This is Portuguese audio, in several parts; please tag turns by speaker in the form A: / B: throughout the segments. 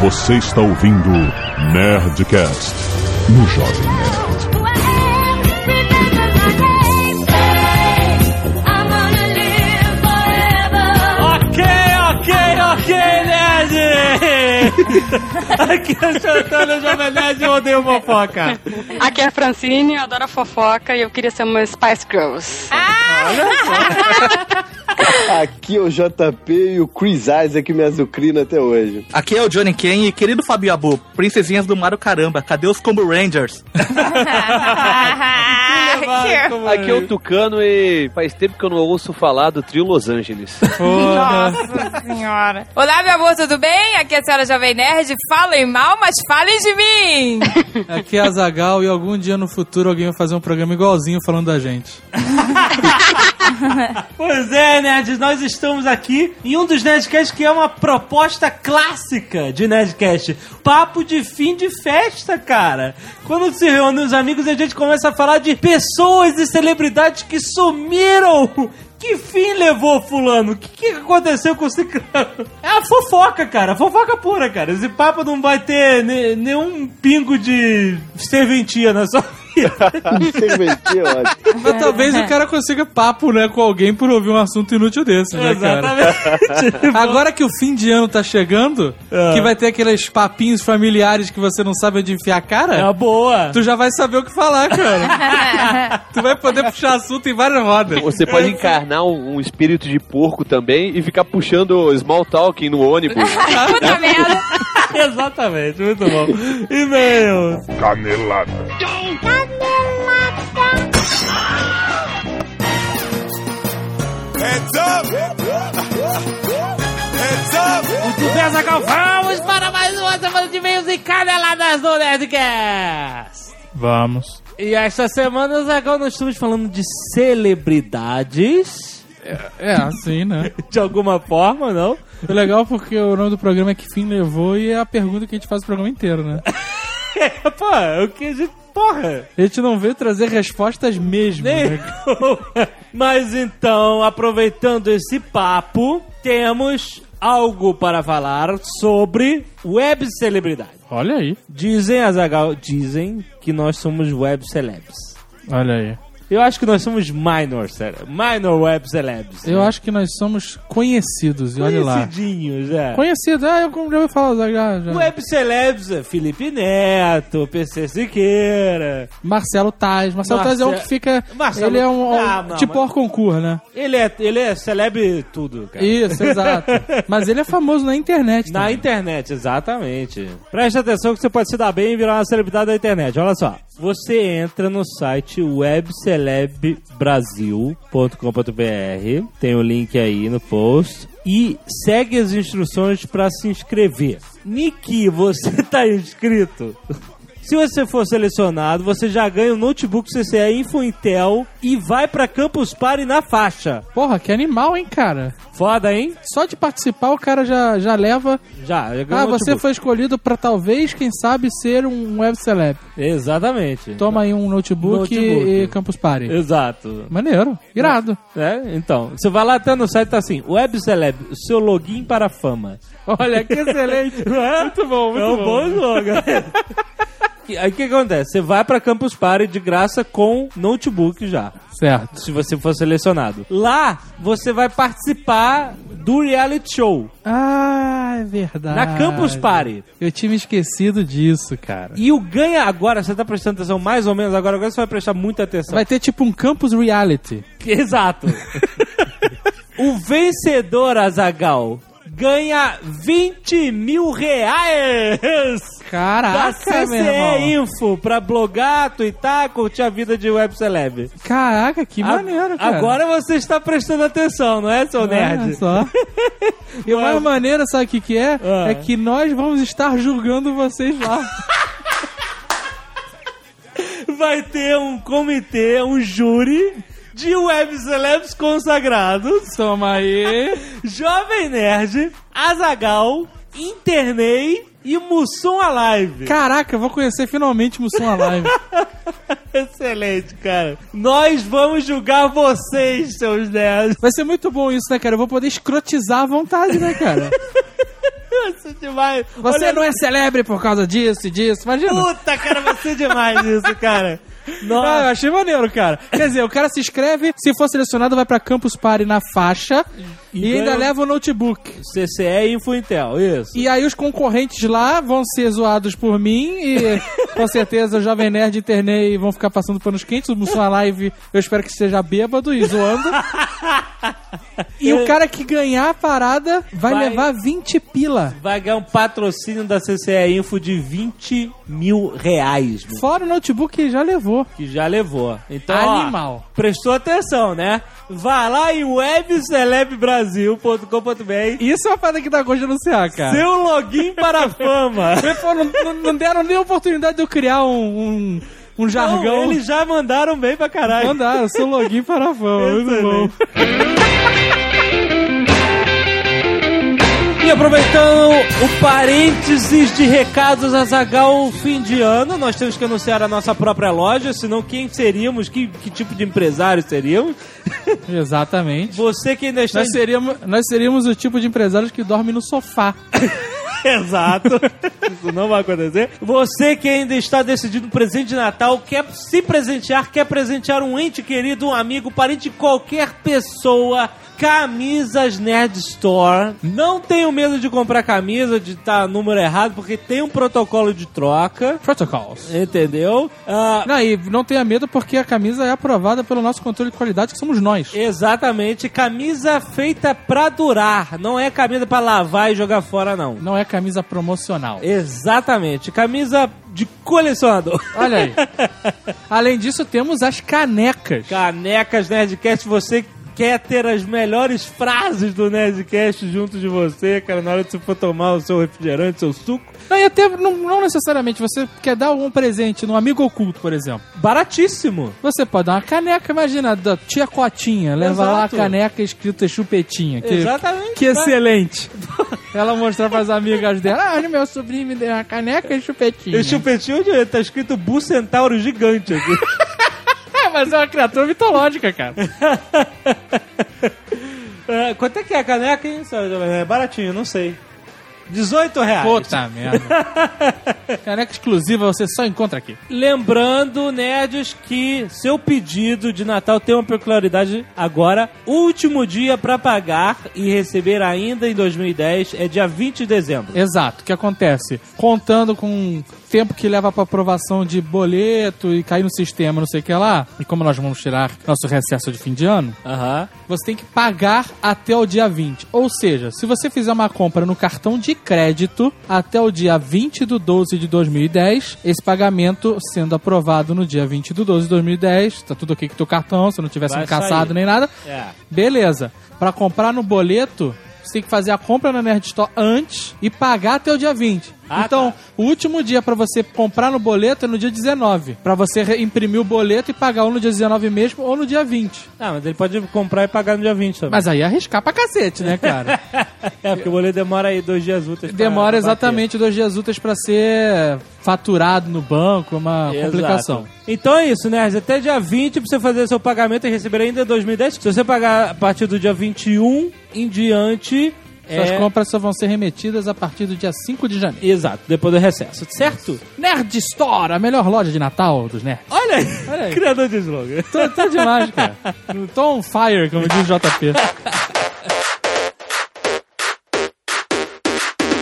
A: Você está ouvindo Nerdcast no Jovem Nerd.
B: Ok, ok, ok, Nerd! Aqui é o Chantando Jovem Nerd e eu odeio fofoca.
C: Aqui é a Francine, eu adoro fofoca e eu queria ser uma Spice Girls.
D: Aqui é o JP e o Chris Isaac me azucrina até hoje.
E: Aqui é o Johnny Ken e querido Fabio Abu, princesinhas do Mario Caramba, cadê os Combo Rangers?
B: Vai, como
F: Aqui é o Tucano e faz tempo que eu não ouço falar do trio Los Angeles.
B: Foda.
G: Nossa senhora. Olá, meu amor, tudo bem? Aqui é a senhora Jovem Nerd. Falem mal, mas falem de mim.
H: Aqui é a Zagal e algum dia no futuro alguém vai fazer um programa igualzinho falando da gente.
B: Pois é, nerds, nós estamos aqui em um dos Nerdcasts que é uma proposta clássica de Nerdcast. Papo de fim de festa, cara. Quando se reúne os amigos, a gente começa a falar de pessoas e celebridades que sumiram. Que fim levou fulano? O que, que aconteceu com o ciclano? É a fofoca, cara. Fofoca pura, cara. Esse papo não vai ter ne- nenhum pingo de serventia na sua vida.
D: Sem mentir, ó.
H: Mas talvez o cara consiga papo, né, com alguém por ouvir um assunto inútil desse, né, cara?
B: Exatamente.
H: Agora que o fim de ano tá chegando,
B: É.
H: que vai ter aqueles papinhos familiares que você não sabe onde enfiar a
B: É
H: cara,
B: uma boa.
H: tu já vai saber o que falar, cara. tu vai poder puxar assunto em várias rodas.
F: Você pode encarnar um, um espírito de porco também e ficar puxando small talking no ônibus.
G: Puta merda.
B: Exatamente, muito bom. E-mail.
A: Canelada.
B: Muito bem, Zagal, vamos para mais uma semana de e-mails e caneladas do Nerdcast.
H: Vamos.
B: E esta semana, Zagal, nós estamos falando de celebridades.
H: É, assim, né?
B: De alguma forma, não?
H: O legal porque o nome do programa é Que Fim Levou e é a pergunta que a gente faz o programa inteiro, né?
B: Pô, é o que a gente. Porra!
H: A gente não veio trazer respostas mesmo.
B: Nem-
H: né?
B: Mas então, aproveitando esse papo, temos algo para falar sobre web celebridade.
H: Olha aí,
B: Dizem, Azagal, dizem que nós somos web celebs.
H: olha aí.
B: Eu acho que nós somos minor, sério. Minor web celebs.
H: Eu acho que nós somos conhecidos, e olha lá.
B: Conhecidinhos, é.
H: Conhecido, ah, eu como já ouvi falar, já, já.
B: Web celebs, é Felipe Neto, PC Siqueira.
H: Marcelo Taz. Marcelo
B: Marce-
H: Taz é um que fica.
B: Marcelo-
H: Ele é um.
B: Ah,
H: um-
B: não,
H: tipo
B: mas-
H: Orconcur, né?
B: Ele é, ele é celeb tudo, cara.
H: Isso, exato. Mas ele é famoso na internet.
B: Na
H: também.
B: internet, exatamente. Preste atenção que você pode se dar bem e virar uma celebridade da internet. Olha só. Você entra no site webcelebbrasil.com.br, tem o link aí no post, e segue as instruções para se inscrever. Niki, você tá inscrito? Se você for selecionado, você já ganha um notebook CCE Info Intel e vai pra Campus Party na faixa.
H: Porra, que animal, hein, cara?
B: Foda, hein?
H: Só de participar o cara já, já leva.
B: Já, já ganhou
H: Ah,
B: um
H: você
B: notebook.
H: foi escolhido pra talvez, quem sabe, ser um web celeb.
B: Exatamente.
H: Toma aí um notebook,
B: Notebook.
H: e Campus Party.
B: Exato.
H: Maneiro, irado.
B: É, então, você vai lá até no site tá assim, Web Celeb, o seu login para a fama.
H: Olha que excelente.
B: Não é? Muito bom, muito é um bom. slogan. Que- Aí o que acontece? Você vai pra Campus Party de graça com notebook já,
H: Certo.
B: se você for selecionado. Lá, você vai participar do reality show,
H: Ah, é verdade.
B: na Campus Party.
H: Eu tinha me esquecido disso, cara.
B: E o ganha agora, você tá prestando atenção mais ou menos agora, agora você vai prestar muita atenção.
H: Vai ter tipo um Campus Reality.
B: Exato. o vencedor, Azagal, ganha 20 mil reais da
H: Caraca, Ah, meu
B: CCE
H: irmão.
B: é Info pra blogar, twittar, curtir a vida de web celeb.
H: Caraca, que
B: A-
H: maneiro, cara.
B: Agora você está prestando atenção, não é, seu
H: Olha
B: nerd?
H: só. E
B: Mas-
H: uma maneira, sabe o que que é?
B: Ah.
H: É que nós vamos estar julgando vocês lá.
B: Vai ter um comitê, um júri de web celebs consagrados.
H: Toma aí.
B: Jovem Nerd, Azagal, Internei e Mussum Alive.
H: Caraca, eu vou conhecer finalmente Mussum Alive.
B: Excelente, cara. Nós vamos julgar vocês, seus nerds.
H: Vai ser muito bom isso, né, cara? Eu vou poder escrotizar à vontade, né, cara?
B: isso demais.
H: Você
B: Olha-
H: não é celebre por causa disso e disso, imagina.
B: Puta, cara, vai ser demais isso, cara.
H: Ah, eu
B: Nossa.
H: achei maneiro, cara. Quer dizer, o cara se inscreve, se for selecionado, vai pra Campus Party na faixa e,
B: E
H: ainda
B: ganha-
H: leva o notebook.
B: CCE e Infointel, isso.
H: E aí os concorrentes lá vão ser zoados por mim e com certeza o Jovem Nerd e Internei vão ficar passando panos quentes. No sua live eu espero que esteja bêbado e zoando. E o cara que ganhar a parada vai,
B: Vai.
H: levar 20 pila.
B: Vai ganhar um patrocínio da CCE Info de 20 mil reais, meu,
H: Fora o notebook que já levou.
B: que já levou. Então, ó,
H: Animal.
B: prestou atenção, né? Vá lá em webcelebbrasil.com.br
H: Isso é uma parada que dá gosto de anunciar, cara.
B: seu um login para a fama.
H: Pô, não, não- não deram nem a oportunidade de eu criar um, um, um jargão.
B: Então, eles já mandaram bem pra caralho.
H: Mandaram, seu login para a fama. Muito bom.
B: E aproveitando o parênteses de recados Azagal fim de ano, nós temos que anunciar a nossa própria loja, senão quem seríamos, que, que tipo de empresário seríamos?
H: Exatamente.
B: Você que ainda está
H: Nós seríamos, nós seríamos o tipo de empresários que dorme no sofá.
B: Exato. Isso não vai acontecer. Você que ainda está decidindo um presente de Natal, quer se presentear, quer presentear um ente querido, um amigo, parente, qualquer pessoa. Camisas Nerd Store. Não tenho medo de comprar camisa, de estar número errado, porque tem um protocolo de troca. É.
H: Protocols.
B: Entendeu? Ah,
H: Não, e não tenha medo porque a camisa é aprovada pelo nosso controle de qualidade, que somos nós.
B: É. exatamente. Camisa feita pra durar. Não é camisa pra lavar e jogar fora, não.
H: Não é camisa promocional.
B: É. Exatamente. Camisa de colecionador.
H: Olha aí. Além disso, temos as canecas.
B: Canecas Nerdcast, você quer ter as melhores frases do Nerdcast junto de você, cara, na hora que você for tomar o seu refrigerante, seu suco.
H: Não, e até não, não necessariamente você quer dar algum presente num amigo oculto, por exemplo.
B: Baratíssimo.
H: Você pode dar uma caneca, imagina, da tia Cotinha. Leva lá a
B: Exato.
H: caneca escrita chupetinha. Que,
B: Exatamente.
H: que excelente. Ela mostrar pras amigas dela. Ah, olha, meu sobrinho me deu uma caneca e chupetinha.
B: Esse chupetinho de- tá escrito Bu Centauro gigante aqui.
H: É, mas é uma criatura mitológica, cara.
B: É, quanto é que é a caneca, hein? senhora Jovem Nerd? É baratinho, não sei. 18 reais.
H: Puta merda. Caneca exclusiva você só encontra aqui.
B: Lembrando, nerds, que seu pedido de Natal tem uma peculiaridade agora. Último dia pra pagar e receber ainda em 2010 é dia 20 de dezembro.
H: Exato, o que acontece? Contando com o tempo que leva pra aprovação de boleto e cair no sistema, não sei o que lá, e como nós vamos tirar nosso recesso de fim de ano,
B: Aham.
H: você tem que pagar até o dia 20. Ou seja, se você fizer uma compra no cartão de crédito até o dia 20 do 12 de 2010, esse pagamento sendo aprovado no dia 20 do 12 de 2010, tá tudo aqui com o teu cartão, se não tivesse
B: Vai
H: sido caçado
B: sair.
H: nem nada,
B: É.
H: Beleza. Pra comprar no boleto, você tem que fazer a compra na Nerd Store antes e pagar até o dia 20.
B: Ah,
H: então,
B: tá.
H: o último dia pra você comprar no boleto é no dia 19. Pra você re- imprimir o boleto e pagar ou no dia 19 mesmo ou no dia 20.
B: Ah, mas ele pode comprar e pagar no dia 20 também.
H: Mas aí é arriscar pra cacete, né, cara?
B: é, porque o boleto demora aí dois dias úteis. pra-
H: Demora
B: pra
H: exatamente dois dias úteis pra ser faturado no banco, é uma
B: bater. Exato.
H: complicação.
B: Então é isso, né? Até dia 20 pra você fazer seu pagamento e receber ainda 2010. Se você pagar a partir do dia 21 em diante.
H: Suas
B: é-
H: compras só vão ser remetidas a partir do dia 5 de janeiro.
B: Exato, depois do recesso, certo?
H: Nerd Store, a melhor loja de Natal dos nerds.
B: Olha aí,
H: Olha aí.
B: criador de slogan.
H: Tô, tô demais, cara. Eu Tô on fire, como diz o JP.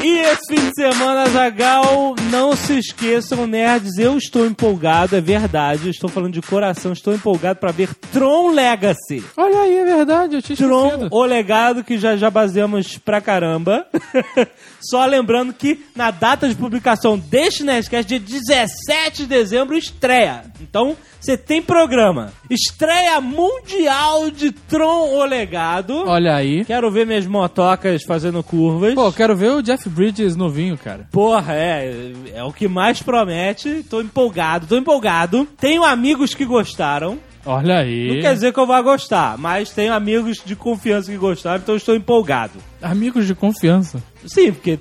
B: E esse fim de semana, Zagal, não se esqueçam, nerds, eu estou empolgado, é verdade, eu estou falando de coração, estou empolgado pra ver Tron Legacy.
H: Olha aí, é verdade, eu te
B: Tron,
H: esquecido.
B: o legado que já já baseamos pra caramba. Só lembrando que na data de publicação deste Nerdcast, dia 17 de dezembro, estreia. Então, você tem programa. Estreia mundial de Tron, o legado.
H: Olha aí.
B: Quero ver minhas motocas fazendo curvas.
H: Pô, eu quero ver o Jeff Bridges novinho, cara.
B: Porra, é, é o que mais promete. Tô empolgado, tô empolgado. Tenho amigos que gostaram.
H: Olha aí.
B: Não quer dizer que eu vá gostar, mas tenho amigos de confiança que gostaram, então estou empolgado.
H: Amigos de confiança.
B: Sim, porque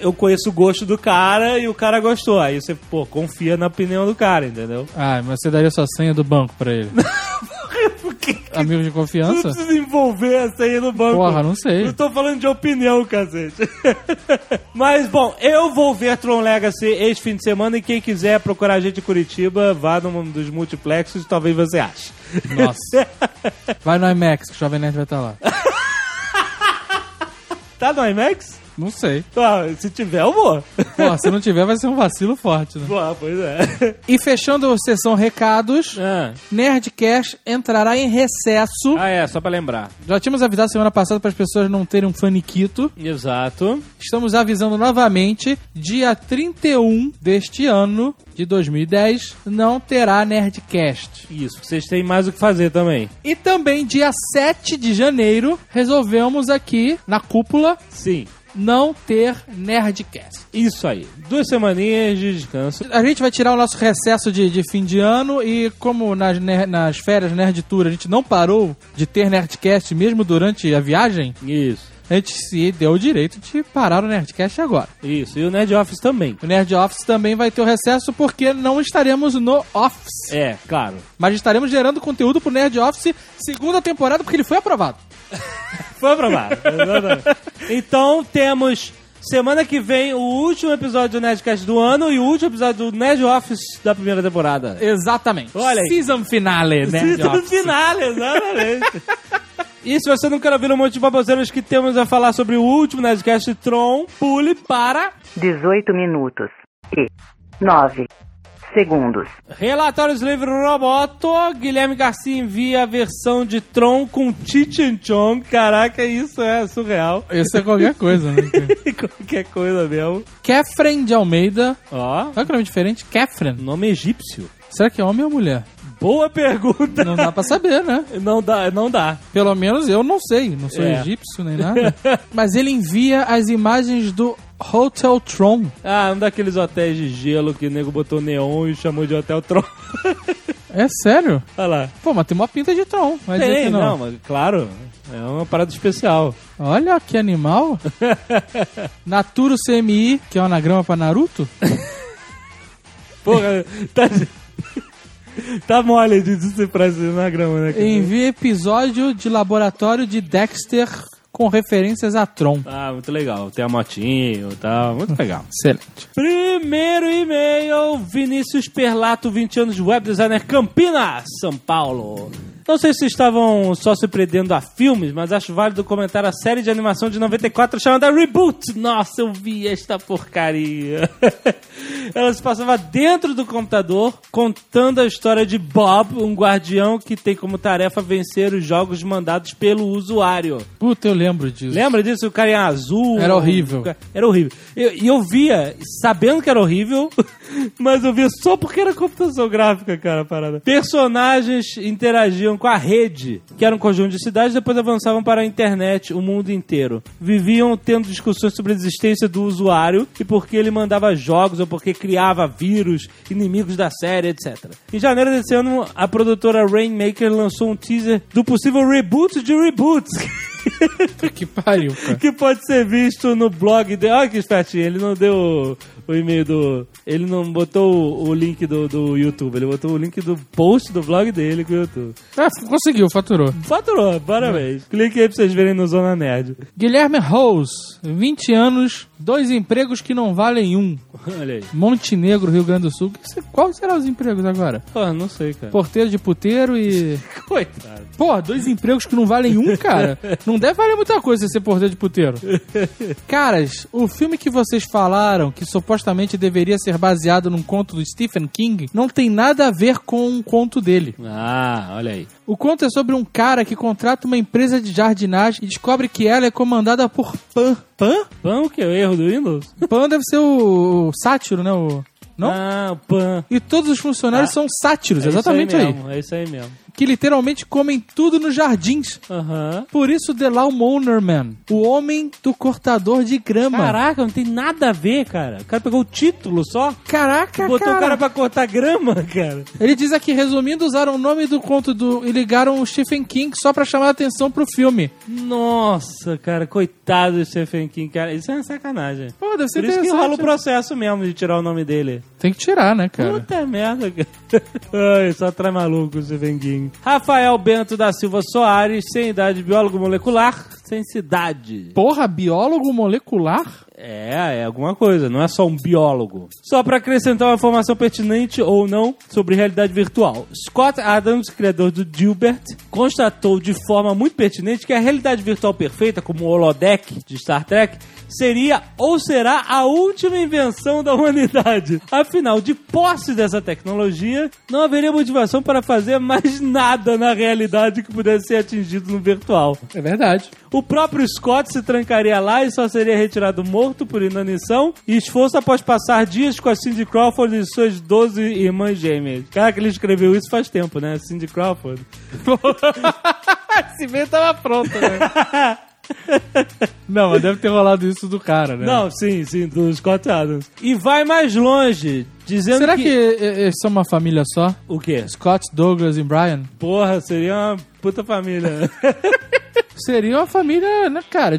B: eu conheço o gosto do cara e o cara gostou. Aí você, pô, confia na opinião do cara, entendeu?
H: Ah, mas você daria sua senha do banco pra ele.
B: Por que, que
H: amigos de
B: Tu não
H: confiança?
B: precisa envolver essa aí no banco.
H: Porra, não sei.
B: Eu tô falando de opinião, cacete. Mas, bom, eu vou ver Tron Legacy este fim de semana e quem quiser procurar a gente em Curitiba, vá num dos multiplexos, talvez você ache.
H: Nossa. Vai no IMAX, que o Jovem Nerd vai estar lá.
B: Tá no IMAX?
H: Não sei.
B: Tá, se tiver, eu vou.
H: Pô, se não tiver, vai ser um vacilo forte, né?
B: Pô, pois é.
H: E fechando a sessão recados,
B: Ah,
H: Nerdcast entrará em recesso.
B: ah, é, só pra lembrar.
H: Já tínhamos avisado semana passada para as pessoas não terem um faniquito.
B: Exato.
H: Estamos avisando novamente, dia 31 deste ano de 2010, não terá Nerdcast.
B: Isso, vocês têm mais o que fazer também.
H: E também dia 7 de janeiro, resolvemos aqui na cúpula
B: Sim.
H: não ter Nerdcast.
B: Isso aí. Duas semaninhas de descanso.
H: A gente vai tirar o nosso recesso de, de fim de ano e como nas, ner- nas férias Nerd Tour a gente não parou de ter Nerdcast mesmo durante a viagem,
B: Isso.
H: a gente se deu o direito de parar o Nerdcast agora.
B: Isso. E o Nerd Office também.
H: O Nerd Office também vai ter o recesso porque não estaremos no Office,
B: É, claro.
H: mas estaremos gerando conteúdo pro Nerd Office segunda temporada porque ele foi aprovado.
B: Foi aprovado. Exatamente. então temos semana que vem o último episódio do Nerdcast do ano e o último episódio do Nerd Office da primeira temporada.
H: Exatamente.
B: Olha aí.
H: Season finale, Nerd
B: No
H: Office.
B: final, exatamente. E se você não quer ouvir um monte de baboseiras que temos a falar sobre o último Nerdcast Tron, pule para
I: 18 minutos e 9 segundos.
B: Relatórios Livre Roboto. Guilherme Garcia envia a versão de Tron com Chichen Chong. Caraca, isso é surreal.
H: Isso é qualquer coisa, né?
B: Qualquer coisa mesmo.
H: Catherine de Almeida.
B: Ó,
H: Sabe que nome diferente? Catherine.
B: nome egípcio.
H: Será que é homem ou mulher?
B: Boa pergunta.
H: Não dá pra saber, né?
B: Não dá, não dá.
H: Pelo menos eu não sei, não sou
B: É.
H: egípcio nem nada. Mas ele envia as imagens do Hotel Tron.
B: Ah, um daqueles hotéis de gelo que o nego botou neon e chamou de Hotel Tron.
H: É sério?
B: Olha lá.
H: Pô, mas tem uma pinta de Tron. Mas
B: Tem, não,
H: não.
B: mas claro. É uma parada especial.
H: Olha que animal. Naturo CMI, que é um anagrama pra Naruto.
B: Porra, tá. Tá mole de decifrar isso na grama, né? cara?
H: Envia episódio de laboratório de Dexter com referências a Tron.
B: Ah, muito legal. Tem a motinho e tal. Muito legal.
H: Excelente.
B: Primeiro e-mail, Vinícius Perlato, 20 anos, web designer, Campinas, São Paulo. Não sei se estavam só se prendendo a filmes, mas acho válido comentar a série de animação de 94 chamada Reboot. Nossa, eu vi esta porcaria. Ela se passava dentro do computador, contando a história de Bob, um guardião que tem como tarefa vencer os jogos mandados pelo usuário.
H: Puta, eu lembro disso.
B: Lembra disso? O cara em azul.
H: Era horrível.
B: Era horrível. E eu, e eu via, sabendo que era horrível, mas eu via só porque era computação gráfica, cara, a parada. Personagens interagiam com a rede, que era um conjunto de cidades, depois avançavam para a internet, o mundo inteiro. Viviam tendo discussões sobre a existência do usuário e por que ele mandava jogos ou porque criava vírus, inimigos da série, etc. Em janeiro desse ano, a produtora Rainmaker lançou um teaser do possível reboot de reboots.
H: Puta que pariu, cara.
B: que pode ser visto no blog dele. Olha que espertinho, ele não deu o, o e-mail do. Ele não botou o, o link do, do YouTube, ele botou o link do post do blog dele com o YouTube.
H: Ah, conseguiu, faturou.
B: Faturou, parabéns. Clique aí pra vocês verem no Zona Nerd.
H: Guilherme Rose, 20 anos, dois empregos que não valem um.
B: Olha aí.
H: Montenegro, Rio Grande do Sul. Que se- Qual será os empregos agora?
B: Porra, não sei, cara.
H: Porteiro de puteiro e.
B: Coitado.
H: Porra, dois empregos que não valem um, cara. Não deve valer muita coisa você ser porteiro de puteiro. Caras, o filme que vocês falaram, que supostamente deveria ser baseado num conto do Stephen King, não tem nada a ver com um conto dele.
B: Ah, olha aí.
H: O conto é sobre um cara que contrata uma empresa de jardinagem e descobre que ela é comandada por Pan. Pan?
B: Pan o que? O erro do Windows?
H: Pan deve ser o, o sátiro, né? O, não?
B: Ah, Pan.
H: E todos os funcionários são sátiros, exatamente
B: é isso
H: aí,
B: mesmo, É isso aí mesmo.
H: Que literalmente comem tudo nos jardins.
B: Aham.
H: Por isso, The Law Monerman, o homem do cortador de grama.
B: Caraca, não tem nada a ver, cara. O cara pegou o título só.
H: Caraca,
B: Botou
H: cara.
B: o cara pra cortar grama, cara.
H: Ele diz aqui, resumindo, usaram o nome do conto do e ligaram o Stephen King só pra chamar a atenção pro filme.
B: Nossa, cara, coitado do Stephen King, cara. Isso é uma sacanagem.
H: Pô, deve ser
B: Por isso que
H: interessante.
B: rola o processo mesmo de tirar o nome dele.
H: Tem que tirar, né, cara?
B: Puta merda, cara. Ai, só traz maluco o Stephen King. Sim. Rafael Bento da Silva Soares, sem idade, biólogo molecular, sem cidade.
H: Porra, biólogo molecular?
B: É, é alguma coisa, não é só um biólogo. Só pra acrescentar uma informação pertinente ou não sobre realidade virtual. Scott Adams, criador do Dilbert, constatou de forma muito pertinente que a realidade virtual perfeita, como o holodeck de Star Trek, seria ou será a última invenção da humanidade. Afinal, de posse dessa tecnologia, não haveria motivação para fazer mais nada na realidade que pudesse ser atingido no virtual.
H: É verdade.
B: O próprio Scott se trancaria lá e só seria retirado morto por inanição e esforço após passar dias com a Cindy Crawford e suas 12 irmãs gêmeas. Caraca, ele escreveu isso faz tempo, né? Cindy Crawford.
H: Esse meio tava pronto, né? Não, mas deve ter rolado isso do cara, né?
B: Não, sim, sim, do Scott Adams. E vai mais longe, dizendo
H: Será que, eh, eles são uma família só?
B: O quê?
H: Scott, Douglas e Brian?
B: Porra, seria uma puta família.
H: Seria uma família, né, cara,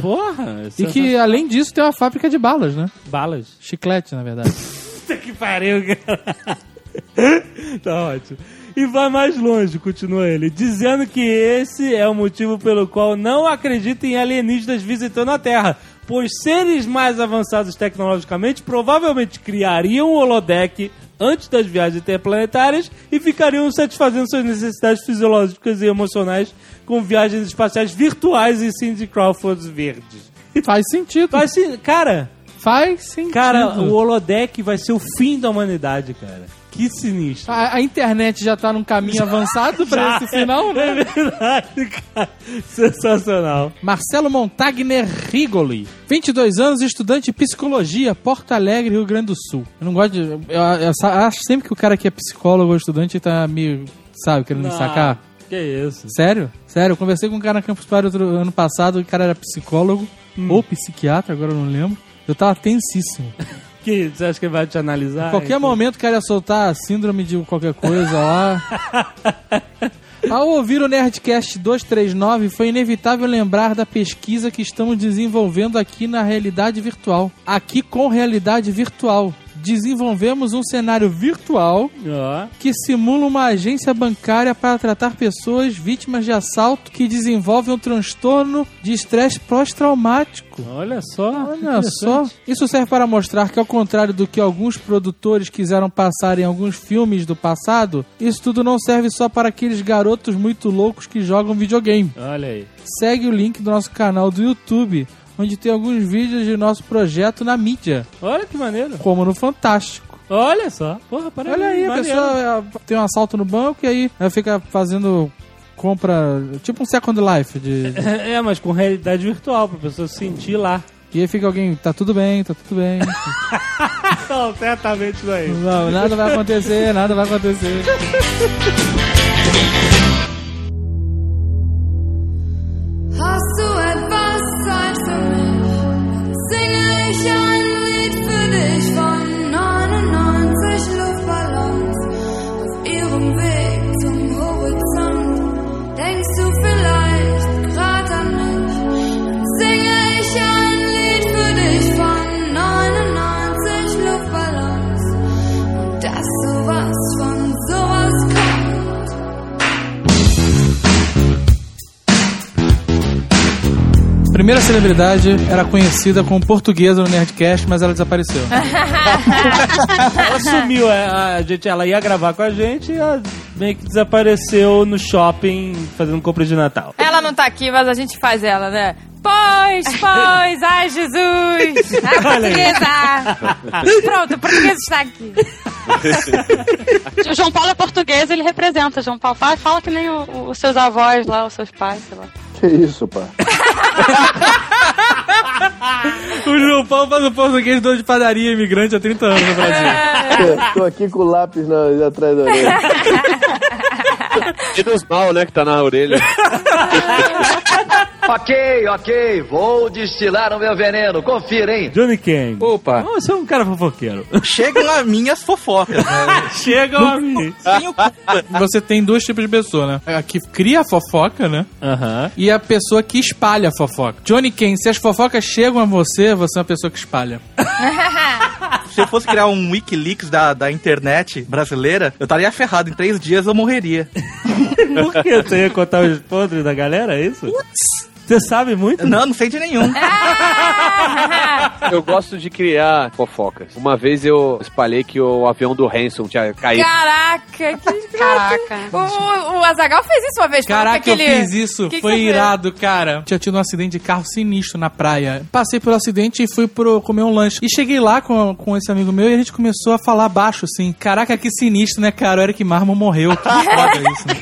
B: Porra,
H: E que, além disso, tem uma fábrica de balas, né?
B: balas.
H: Chiclete, na verdade.
B: Puta que pariu, cara. tá ótimo. E vai mais longe, continua ele, dizendo que esse é o motivo pelo qual não acredita em alienígenas visitando a Terra, pois seres mais avançados tecnologicamente provavelmente criariam o holodeck antes das viagens interplanetárias e ficariam satisfazendo suas necessidades fisiológicas e emocionais com viagens espaciais virtuais e Cindy Crawfords verdes.
H: Faz sentido. Faz,
B: Mas, assim, cara,
H: sentido.
B: Cara, o holodeck vai ser o fim da humanidade, cara. Que sinistro.
H: a, a internet já tá num caminho avançado pra esse final, né?
B: É verdade, cara. Sensacional.
H: Marcelo Montagner Rigoli, 22 anos, estudante de psicologia, Porto Alegre, Rio Grande do Sul. Eu não gosto de. Eu, eu sa- acho sempre que o cara que é psicólogo ou estudante tá meio. Sabe, querendo me
B: Não,
H: sacar?
B: Que isso.
H: Sério? Sério, eu conversei com um cara na Campus Party outro ano passado, o cara era psicólogo ou psiquiatra, agora eu não lembro. Eu tava tensíssimo.
B: Que, você acha que ele vai te analisar? Então,
H: Qualquer momento o cara ia soltar a síndrome de qualquer coisa lá. Ao ouvir o Nerdcast 239, foi inevitável lembrar da pesquisa que estamos desenvolvendo aqui na realidade virtual. Aqui com realidade virtual. Desenvolvemos um cenário virtual
B: Ó.
H: que simula uma agência bancária para tratar pessoas vítimas de assalto que desenvolvem um transtorno de estresse pós-traumático.
B: Olha só.
H: Olha só. Isso serve para mostrar que, ao contrário do que alguns produtores quiseram passar em alguns filmes do passado, isso tudo não serve só para aqueles garotos muito loucos que jogam videogame.
B: Olha aí.
H: Segue o link do nosso canal do YouTube, onde tem alguns vídeos de nosso projeto na mídia,
B: Olha que maneiro.
H: como no Fantástico.
B: Olha só. Porra, parabéns.
H: Olha aí, a
B: Hum, maneiro.
H: pessoa é, tem um assalto no banco e aí ela fica fazendo compra, tipo um Second Life, de,
B: É, mas com realidade virtual, pra pessoa sentir lá.
H: que aí fica alguém, tá tudo bem, tá tudo bem. Tá
B: Não, certamente não é isso.
H: Não, nada vai acontecer, nada vai acontecer.
J: Denkst du vielleicht grad an mich? Dann singe ich ein Lied für dich von 99 Luftballons. Und dass sowas von sowas kommt.
H: Primeira celebridade era conhecida como portuguesa no Nerdcast, mas ela desapareceu.
B: Ela sumiu, é, a, gente, ela ia gravar com a gente e ela meio que desapareceu no shopping fazendo compra de Natal.
G: Ela não tá aqui, mas a gente faz ela, né? Pois, pois, ai Jesus! A portuguesa! Pronto, a portuguesa está aqui.
C: O João Paulo é português, ele representa. João Paulo fala, fala que nem o- o- os seus avós lá, os seus pais, sei lá.
D: Que isso, pá.
H: o João Paulo faz um português dono de padaria imigrante há 30 anos no Brasil.
D: Tô aqui com o lápis na- atrás da orelha.
F: Menos mal, né, que tá na orelha.
K: Ok, ok, vou destilar o meu veneno, confira, hein?
B: Johnny Kang.
E: Opa,
B: Você é um cara fofoqueiro.
E: chegam a minhas fofocas. né?
B: Chega uma menina.
H: Você tem dois tipos de pessoa, né? A que cria a fofoca, né?
B: Aham.
H: E a pessoa que espalha a fofoca. Johnny Ken, se as fofocas chegam a você, você é uma pessoa que espalha.
E: Se eu fosse criar um Wikileaks da, da internet brasileira, eu estaria ferrado. Em três dias eu morreria.
B: Por quê? Você ia contar os podres da galera, é isso? Você sabe muito?
E: Não, não sei de nenhum.
F: Eu gosto de criar fofocas. Uma vez eu espalhei que o avião do Hanson tinha caído.
G: Caraca, que Caraca. O, o, o Azagal fez isso uma vez. falando
H: Caraca,
G: que
H: eu
G: aquele-
H: fiz isso.
G: que que
H: Foi
G: você fez?
H: irado, cara. Tinha tido um acidente de carro sinistro na praia. Passei pelo acidente e fui pro comer um lanche. E cheguei lá com, com esse amigo meu e a gente começou a falar baixo, assim. Caraca, que sinistro, né, cara? O Eric Marmo morreu. Que foda isso, né?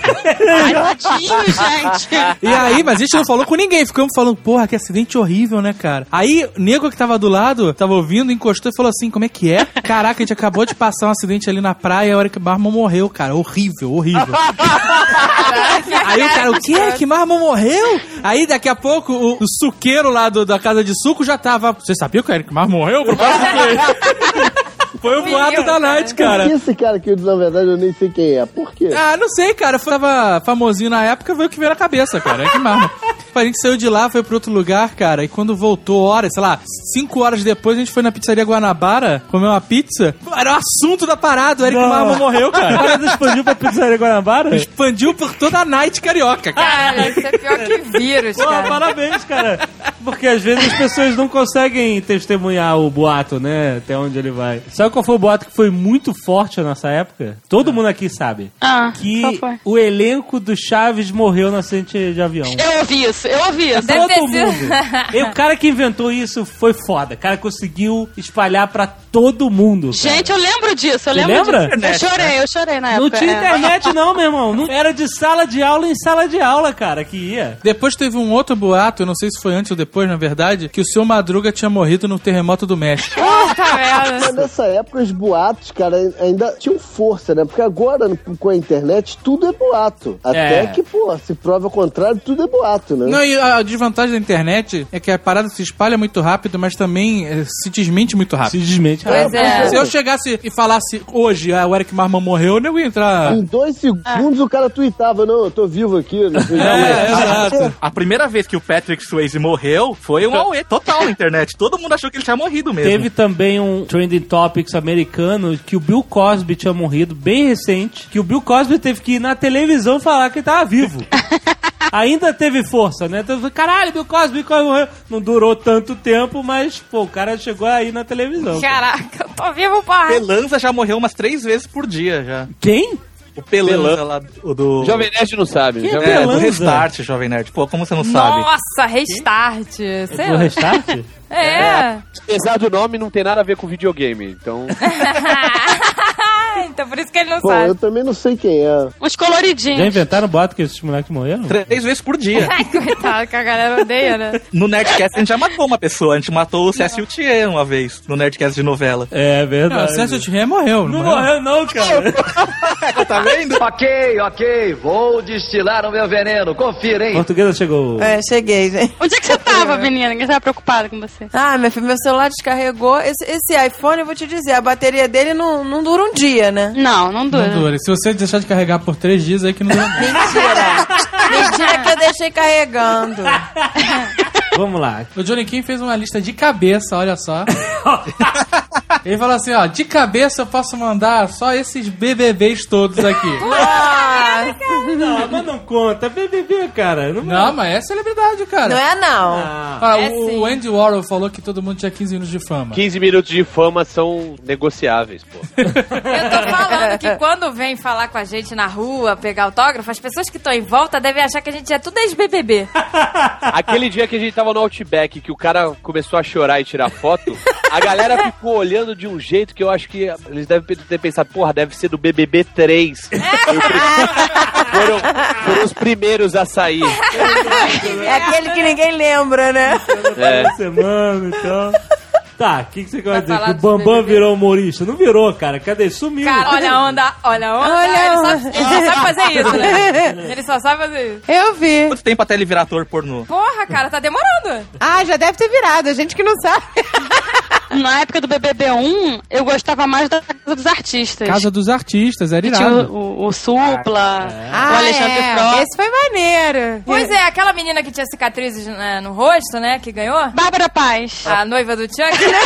C: Ai, tadinho, gente.
H: E aí, mas a gente não falou com ninguém. Ficamos falando, porra, que acidente horrível, né, cara? Aí, o nego que tava do lado, tava ouvindo, encostou e falou assim, como é que é? Caraca, a gente acabou de passar um acidente ali na praia e o Eric Marmo morreu, cara. Horrível, horrível. Aí o cara, o que? Que Marmo morreu? Aí daqui a pouco o, o suqueiro lá do- da casa de suco já tava. Você sabia que o Eric Marmo morreu? Foi o boato da night,
D: Por que
H: cara.
D: esse cara que na verdade eu nem sei quem é? Por quê?
H: Ah, não sei, cara. Eu tava famosinho na época, veio o que veio na cabeça, cara. Eric Marmo. A gente saiu de lá, foi pra outro lugar, cara. E quando voltou, horas, sei lá, cinco horas depois, a gente foi na pizzaria Guanabara comer uma pizza. Era o assunto da parada. O Eric
B: Não.
H: Marmo morreu,
B: A
H: cara.
B: parada expandiu pra pizzaria Guanabara?
H: Expandiu por toda a night carioca, cara.
G: Cara, isso é pior que vírus,
B: Pô,
G: cara.
B: parabéns, cara. Porque às vezes as pessoas não conseguem testemunhar o boato, né? Até onde ele vai. Sabe qual foi o boato que foi muito forte nessa época? Todo mundo aqui sabe.
C: Ah,
B: Que
C: qual foi?
B: o elenco do Chaves morreu no acidente de avião.
C: Eu ouvi isso, eu ouvi isso.
G: Deve ter
B: Todo
G: sido-
B: mundo. E o cara que inventou isso foi foda. O cara conseguiu espalhar pra todo mundo. cara.
C: Gente, eu lembro disso, eu
B: Tu
C: lembro
B: lembra?
C: disso. Eu
B: Internet,
G: né?
C: chorei, eu chorei na
B: Não
C: época.
B: tinha
C: é.
B: internet, não, meu irmão. Não era de sala de aula em sala de aula, cara, que ia.
H: Depois teve um outro boato, eu não sei se foi antes ou depois, na verdade, que o seu Madruga tinha morrido no terremoto do México.
G: Puta merda.
D: Mas Ah, nessa época os boatos, cara, ainda tinham força, né? Porque agora, com a internet, tudo é boato. Até
B: É.
D: que, pô, se prova o contrário, tudo é boato, né?
H: Não, e a a desvantagem da internet é que a parada se espalha muito rápido, mas também eh, se desmente muito
B: Se
H: rápido.
B: desmente.
G: Pois é.
H: Se eu chegasse e falasse hoje, ah, o Eric Marman morreu, eu não ia entrar.
D: Em dois segundos o cara tweetava, não, eu tô vivo aqui. Não sei o que.
H: É, exato.
E: A primeira vez que o Patrick Swayze morreu foi um auê total na internet. Todo mundo achou que ele tinha morrido mesmo.
B: Teve também um Trending Topics americano que o Bill Cosby tinha morrido, bem recente, que o Bill Cosby teve que ir na televisão falar que ele tava vivo. Ainda teve força, né? Então, caralho, Bill Cosby, Bill Cosby morreu. Não durou tanto tempo, mas, pô, o cara chegou aí na televisão. cara.
G: Caraca, eu tô vivo, porra.
E: Pelanza já morreu umas três vezes por dia já.
B: Quem?
E: O Pelanza
F: Pelan-
E: lá do. do...
F: Jovem Nerd não sabe.
B: Quem é
F: Jovem
E: É, do
B: Pelanza?
E: Restart, Jovem Nerd. Pô, como você não sabe?
G: Nossa, restart. Sei
B: O
G: lá.
B: restart?
G: É.
F: Apesar do nome, não tem nada a ver com videogame. Então,
G: Então por isso que ele não
D: Pô, eu
G: sabe.
D: também não sei quem é.
C: Uns
B: Já
C: coloridinhos.
B: inventaram o boato que esses moleques morreram?
E: Três vezes por dia.
G: Ai, coitado, que a galera odeia, né?
E: No Nerdcast a gente já matou uma pessoa. A gente matou o Cécio Thier uma vez, no Nerdcast de novela.
B: É
H: Não, o
B: verdade.
H: César Thierry morreu, não,
B: não morreu
H: morreu?
B: não, cara.
E: tá vendo?
K: Ok, ok, vou destilar o meu veneno. Confira,
B: A
K: hein?
B: portuguesa chegou.
L: É, cheguei, gente.
C: Onde é que você tava, menina? Ninguém tava preocupado com você.
L: Ah, meu filho, meu celular descarregou. Esse, esse iPhone, eu vou te dizer, a bateria dele não, não dura um dia, né?
C: Não, não dura.
H: Não dura. Se você deixar de carregar por três dias, aí que não dura.
L: Mentira. Mentira que eu deixei carregando.
B: Vamos lá.
H: O Johnny Kim fez uma lista de cabeça, olha só. Ele falou assim, ó, de cabeça eu posso mandar só esses BBBs todos aqui.
L: Ah,
B: Não, mas não conta. BBB, cara. Não,
H: Não, mas é celebridade, cara.
L: não é não.
B: Ah,
H: Ah,
G: É
H: o
G: sim.
H: o Andy Warhol falou que todo mundo tinha 15 minutos de fama.
F: 15 minutos de fama são negociáveis, pô.
G: Eu tô falando que quando vem falar com a gente na rua, pegar autógrafo, as pessoas que estão em volta devem achar que a gente é tudo ex-BBB.
F: Aquele dia que a gente tava no Outback, que o cara começou a chorar e tirar foto, a galera ficou olhando de um jeito que eu acho que eles devem ter pensado, porra, deve ser do BBB 3. foram, foram os primeiros a sair.
L: É aquele que ninguém lembra, né?
F: É.
B: Essa semana, então. Tá, o que, que você
G: Vai
B: quer dizer?
G: falar
B: Que o
G: dos
B: Bambam
G: BBB?
B: virou humorista? Não virou, cara. Cadê? Sumiu.
G: Cara, olha a onda, olha a onda.
L: Olha a
G: ele,
L: onda.
G: Só, ele só sabe fazer isso, né? Ele só sabe fazer isso.
L: Eu vi.
E: Quanto tempo até ele virar ator pornô?
G: Porra, cara, tá demorando.
L: Ah, já deve ter virado, a gente que não sabe.
C: Na época do BBB1, eu gostava mais da Casa dos Artistas.
H: Casa dos Ah, Artistas, era
C: que tinha
E: um-
H: irado.
C: o, o- o Supla, o Alexandre
G: é.
L: Ah,
C: Frota.
G: Esse foi maneiro. Pois é, aquela menina que tinha cicatrizes né, no rosto, né? Que ganhou.
C: Bárbara Paz.
G: A noiva do Chuck, né?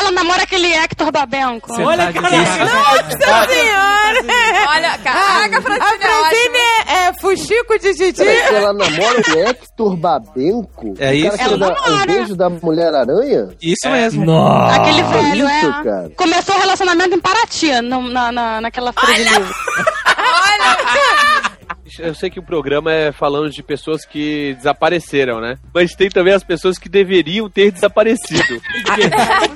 C: Ela namora aquele Hector Babenco.
G: Você Olha, tá de caraca. brincadeira.
L: Nossa senhora! Ah,
G: Olha, caraca,
L: a
G: Francine é
L: Francine é, é fuxico de Didi.
D: Peraí, que ela namora o Hector é Babenco?
E: É
D: O
E: isso.
D: cara que
E: Ela
D: dá o beijo da Mulher-Aranha?
E: Isso
H: É.
E: mesmo.
D: Nossa.
C: Ah. Aquele velho,
D: isso,
C: é.
D: cara.
C: Começou o relacionamento em Paraty, no- na, na, naquela feira de livro.
F: Eu sei que o programa é falando de pessoas que desapareceram, né? Mas tem também as pessoas que deveriam ter desaparecido.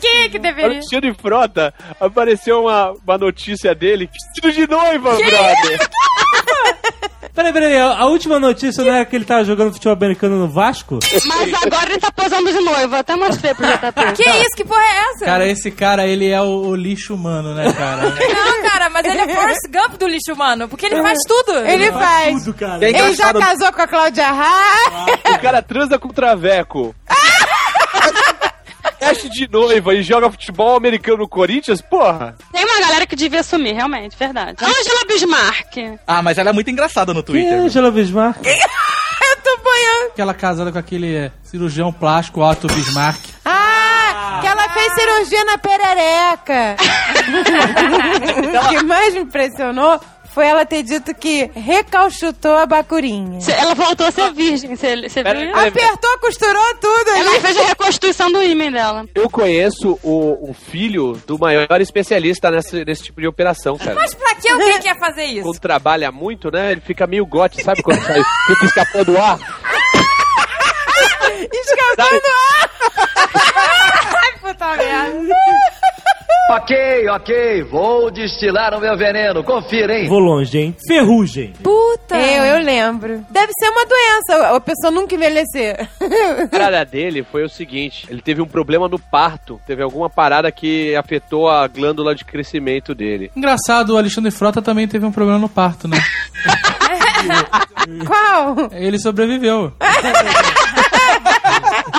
G: Quem é que deveria?
F: Alexandre Frota, apareceu uma, uma notícia dele vestido de noiva, brother.
B: Peraí, peraí, a a última notícia não era que ele tava jogando futebol americano no Vasco?
C: Mas agora ele tá posando de noiva. Até mostrei pro JP.
G: Que isso? Que porra é essa?
H: Cara, esse cara, ele é o, o lixo humano, né, cara?
G: Não, cara, mas ele é Forrest Gump do lixo humano, porque ele faz tudo.
L: Ele
G: É
L: faz.
B: Tudo, cara.
F: Tem
L: Ele já
F: engraçado-
L: casou com a Cláudia Raia.
F: O cara transa com o traveco. Veste de noiva e joga futebol americano no Corinthians, porra.
C: Tem uma galera que devia sumir, realmente, verdade. Angela Bismarck.
E: Ah, mas ela é muito engraçada no
B: Quem é
F: né?
E: Twitter.
B: Angela Bismarck?
L: Eu tô banhando.
H: Aquela casada com aquele é, cirurgião plástico Otto Bismarck.
L: Ah, que ela fez cirurgia na perereca. o que mais me impressionou foi ela ter dito que recalchutou a bacurinha.
C: Cê- Ela voltou a ser virgem, você viu? isso?
L: Apertou, costurou tudo.
C: Ela
L: ali.
C: fez a reconstituição do ímã dela.
F: Eu conheço o, o filho do maior especialista nessa- nesse tipo de operação, cara.
G: Mas pra que alguém quer fazer isso?
F: Quando trabalha muito, né? Ele fica meio gote, sabe? Quando sai, fica escapando o ar.
L: Escapando
G: Ai, puta merda.
K: Ok, ok, vou destilar o meu veneno, confira, hein?
B: Vou longe, hein? Ferrugem.
G: Puta.
L: Eu, eu lembro. Deve ser uma doença, a pessoa nunca envelhecer.
F: A parada dele foi o seguinte: ele teve um problema no parto. Teve alguma parada que afetou a glândula de crescimento dele.
H: Engraçado, o Alexandre Frota também teve um problema no parto, né?
L: Qual?
H: Ele sobreviveu.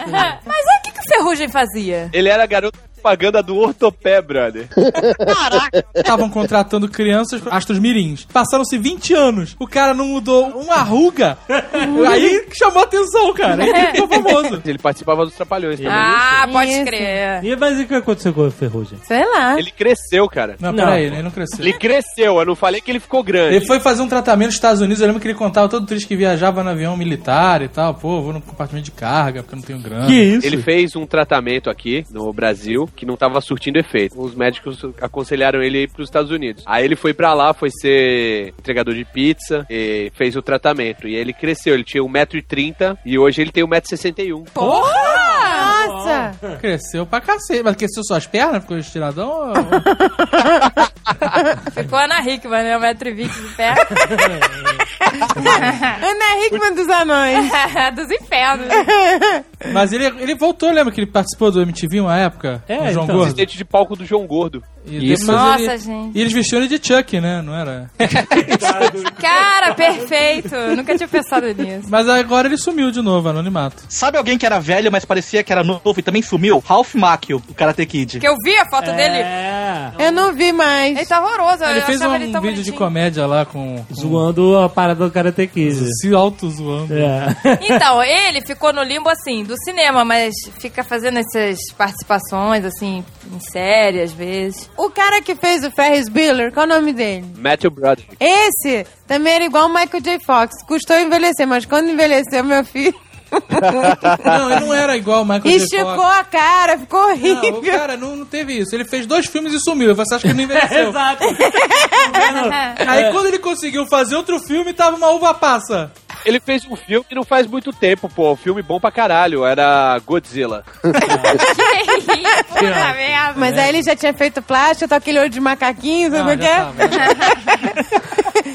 G: Mas o que, que o Ferrugem fazia?
F: Ele era garoto de propaganda do ortopé, brother.
H: Estavam contratando crianças pra astros mirins. Passaram-se 20 anos. O cara não mudou uma ruga. Aí que chamou atenção, cara. Aí que ele ficou famoso.
F: Ele participava dos Trapalhões também.
G: Ah, pode
L: Isso.
G: crer.
B: E mas e o que aconteceu com a Ferrugem?
L: Sei lá.
F: Ele cresceu, cara.
H: Não,
B: Não.
H: peraí, ele não cresceu.
F: Ele cresceu, eu não falei que ele ficou grande.
H: Ele foi fazer um tratamento nos Estados Unidos. Eu lembro que ele contava todo triste que viajava no avião militar e tal. Pô, vou no compartimento de carga porque eu não tenho grana.
B: Que isso?
F: Ah, Ele fez um tratamento aqui no Brasil que não tava surtindo efeito. Os médicos aconselharam ele a ir pros Estados Unidos. Aí ele foi pra lá, foi ser entregador de pizza e fez o tratamento. E aí ele cresceu, ele tinha 1,30m e um. hoje ele tem 1,61m.
L: Nossa!
H: Cresceu pra cacete. Mas cresceu só as pernas? Ficou estiradão? ou-
G: Ficou a Ana Hickman, né? 1,20m de pé.
L: Ana Hickman dos anões.
G: é Dos infernos.
H: Mas ele, ele voltou, lembra que ele participou do MTV uma época?
B: É,
H: Com o João
B: então.
H: Gordo?
F: Assistente de palco do João Gordo.
H: E
F: Isso.
H: depois
G: Nossa,
H: ele-
G: gente.
H: E eles vestiam ele de Chuck, né? Não era?
G: Cara, perfeito. Nunca tinha pensado nisso.
H: Mas agora ele sumiu de novo, anonimato.
E: Sabe alguém que era velho, mas parecia que era novo e também sumiu? Ralph Macchio, o Karate Kid.
G: Porque eu vi a foto dele.
B: É.
L: Eu não vi mais.
G: Ele tá horroroso.
H: Ele
G: eu
H: fez um
G: achava ele
H: vídeo
G: tão
H: de
G: bonitinho.
H: comédia lá com. com-
B: Zoando a parada do Karate Kid.
H: Se auto-zoando.
B: É.
G: Então, ele ficou no limbo, assim, do cinema, mas fica fazendo essas participações, assim, em série, às vezes.
L: O cara que fez o Ferris Bueller, qual é o nome dele?
F: Matthew Broderick.
L: Esse também era igual o Michael J. Fox. Custou envelhecer, mas quando envelheceu, meu filho,
H: Não, ele não era igual o Michael J.
L: esticou
H: Fox.
L: a cara, ficou
H: Não, o
L: horrível.
H: cara não, não teve isso. Ele fez dois filmes e sumiu. Você acha que ele não envelheceu?
B: Exato.
H: Aí quando ele conseguiu fazer outro filme, tava uma uva passa.
F: Ele fez um filme que não faz muito tempo, pô. Um filme bom pra caralho. Era Godzilla.
G: Puta merda.
L: Mas aí ele já tinha feito plástico, tá aquele olho de macaquinho, sabe o
H: Não, Ah, já
L: que
H: tava.
L: é?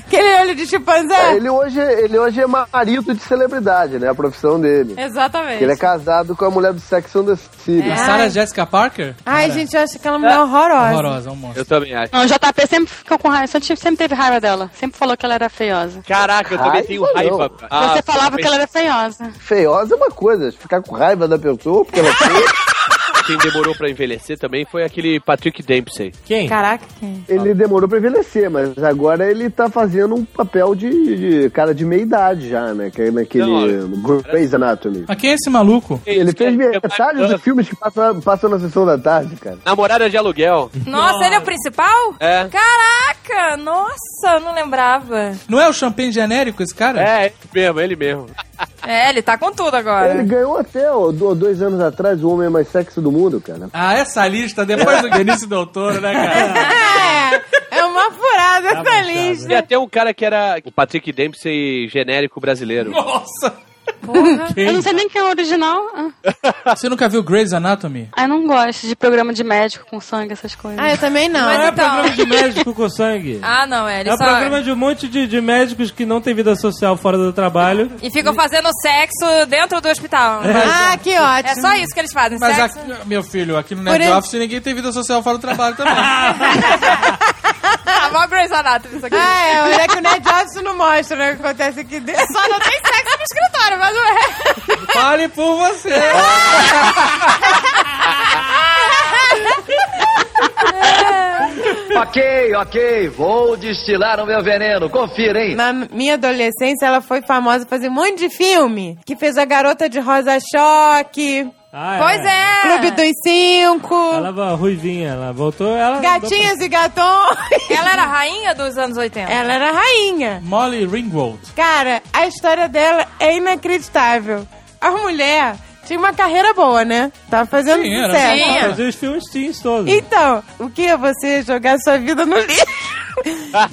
L: Aquele olho de chimpanzé.
D: Ele hoje, ele hoje é marido de celebridade, né? A profissão dele.
G: Exatamente.
D: Ele é casado com a mulher do Sex and the City.
H: A Sarah Jessica Parker?
L: Ai, gente, eu acho aquela mulher horrorosa.
H: Horrorosa, é um monstro.
F: Eu também acho.
C: Não, o JP sempre ficou com raiva, sempre, sempre teve raiva dela. Sempre falou que ela era feiosa.
F: Caraca, eu também
D: Raiva
F: tenho
D: não.
F: raiva. Ah,
C: Você falava que ela era feiosa.
D: Feiosa é uma coisa, ficar com raiva da pessoa porque ela fez.
F: quem demorou pra envelhecer também foi aquele Patrick Dempsey.
B: Quem?
L: Caraca, quem?
D: Ele demorou pra envelhecer, mas agora ele tá fazendo um papel de, de cara de meia-idade já, né? Que é naquele Grey's Anatomy.
H: Mas quem é esse maluco?
D: Ele fez
F: é
D: metade dos filmes que passam, passam na sessão da tarde, cara.
F: Namorada de aluguel.
G: Nossa, ele é o principal?
F: É.
G: Caraca, nossa, eu não lembrava.
H: Não é o champanhe genérico esse cara?
F: É, ele mesmo, ele mesmo.
G: É, ele tá com tudo agora.
D: Ele ganhou até, ó, do- dois anos atrás, o homem mais sexy do mundo, cara.
H: Ah, essa lista depois do Guinness Doutor, né, cara?
L: É, é uma furada essa lista.
F: E até um cara que era o Patrick Dempsey genérico brasileiro.
H: Nossa!
C: Porra.
H: Quem?
C: Eu não sei nem quem é o original. Ah.
H: Você nunca viu Grey's Anatomy?
C: Ah, eu não gosto de programa de médico com sangue, essas coisas.
L: Ah, eu também não.
B: Não é
G: então-
B: programa de médico com sangue.
G: Ah, não, é. Ele
B: é um
G: só...
B: programa de um monte de, de médicos que não tem vida social fora do trabalho.
G: E ficam fazendo sexo dentro do hospital.
L: Ah, que ótimo.
G: É só isso que eles fazem,
H: Mas,
G: sexo.
H: aqui, meu filho, aqui no
L: Por
H: Nerd
L: isso-
H: Office ninguém tem vida social fora do trabalho também.
G: Ah, mó Grey's Anatomy isso aqui.
L: Ah, é, mas é que o Ned Jobs não mostra né, o que acontece aqui dentro.
G: Só não tem sexo no escritório, mas não é.
H: Fale por você!
K: Ok, ok, vou destilar o meu veneno, confira, hein?
L: Na minha adolescência, ela foi famosa por fazer um monte de filme. Que fez A Garota de Rosa Choque,
B: Ah,
G: Pois é.
L: Clube dos Cinco,
B: Ela va- ruivinha, ela voltou, ela...
L: Gatinhas e Gatões.
G: Ela era a rainha dos anos 80.
L: Ela era rainha.
H: Molly Ringwald.
L: Cara, a história dela é inacreditável. A mulher tinha uma carreira boa, né? Tava fazendo
H: Sim, era.
L: sucesso.
B: Ela fazia os filmes teens todos.
L: Então, o que é você jogar sua vida no lixo?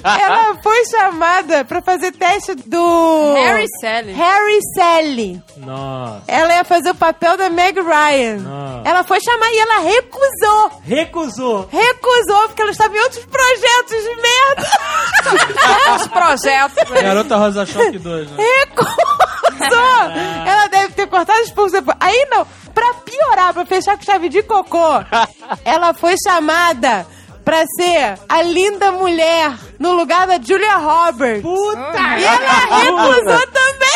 L: Ela foi chamada pra fazer teste do...
G: Harry Sally.
L: Harry Sally.
B: Nossa.
L: Ela ia fazer o papel da Meg Ryan.
B: Ah.
L: Ela foi chamar e ela recusou.
B: Recusou.
L: Recusou, porque ela estava em outros projetos de merda.
G: Os projetos.
B: né?
H: Garota Rosa Choque 2, né?
L: Recusou. Ela deve ter cortado os pulsos depois. Aí não, pra piorar, pra fechar com chave de cocô, ela foi chamada pra ser a linda mulher no lugar da Julia Roberts.
B: Puta!
L: E ela recusou também.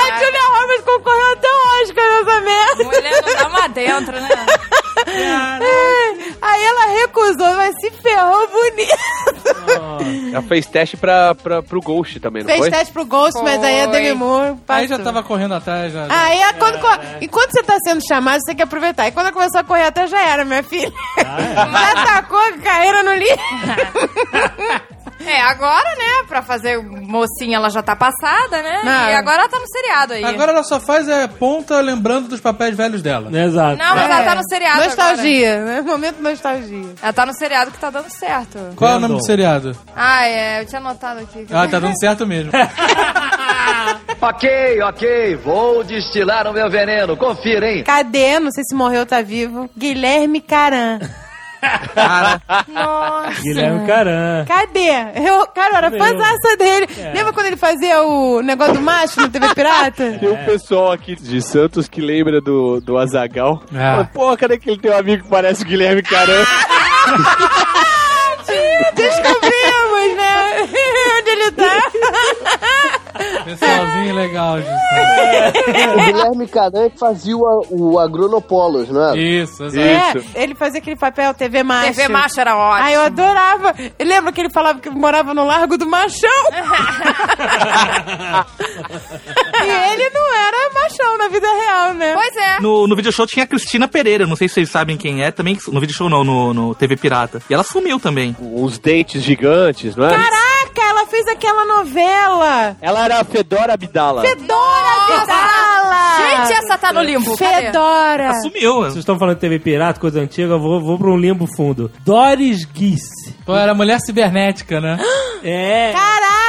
L: A Julia Roberts concorreu até o Oscar nessa merda.
G: Mulher não dá uma dentro, né?
L: É, Aí ela recusou, mas se ferrou bonito.
F: Ela fez teste pra, pra, pro Ghost também, não
L: Fez
F: foi?
L: teste pro Ghost, mas aí a Demi Moore
H: Aí já
L: passou.
H: tava correndo atrás, já.
L: Aí, é quando, enquanto você tá sendo chamado, você tem que aproveitar. E quando ela começou a correr até já era, minha filha. já tacou a carreira no lixo.
G: É, agora, né? Pra fazer mocinha, ela já tá passada, né?
L: Não.
G: E agora ela tá no seriado aí.
H: Agora ela só faz é, ponta lembrando dos papéis velhos dela.
B: Exato.
G: Não, mas ela tá
L: É,
G: no seriado agora.
L: Nostalgia, né? Momento nostalgia.
G: Ela tá no seriado que tá dando certo.
H: Qual é o
B: Brandon.
H: nome do seriado?
G: Ah, é. Eu tinha anotado aqui.
H: Ah, tá dando certo mesmo.
K: Ok, ok, vou destilar o meu veneno, confira, hein?
L: Cadê? Não sei se morreu ou tá vivo. Guilherme Caran.
G: Nossa.
B: Guilherme Caran.
L: Cadê? Eu, cara, eu É. era
B: Meu.
L: fãzaça dele. Lembra quando ele fazia o negócio do macho no TV Pirata?
B: É.
F: Tem um pessoal aqui de Santos que lembra do, do Azagal.
B: É.
H: Ah. Fala,
F: Pô, cadê aquele teu amigo que parece o Guilherme Caran?
L: Descobrimos, né? Onde ele tá?
H: Pessoalzinho legal, Juscelino.
D: O Guilherme Caran que fazia o, o Agronopolos, não é?
H: Isso, exato.
L: É, ele fazia aquele papel TV macho.
G: TV macho era ótimo.
L: Ai, eu adorava. Lembra que ele falava que morava no Largo do Machão? e ele não era machão na vida real, né?
G: Pois é.
E: No, no video show tinha a Cristina Pereira, não sei se vocês sabem quem é, também. No video show não, no, no TV Pirata. E ela sumiu também.
H: É.
F: Uns dentes gigantes, não é?
L: Caraca, ela fez aquela novela.
F: Ela era a Fedora Abdala.
L: Fedora Vidala!
G: Gente, essa tá no limbo. Cadê?
L: Fedora!
E: Ela sumiu.
B: Vocês estão falando de TV pirata, coisa antiga, eu vou, vou pra um limbo fundo. Doris Guice.
H: Pô, era mulher cibernética, né?
B: É.
G: Tá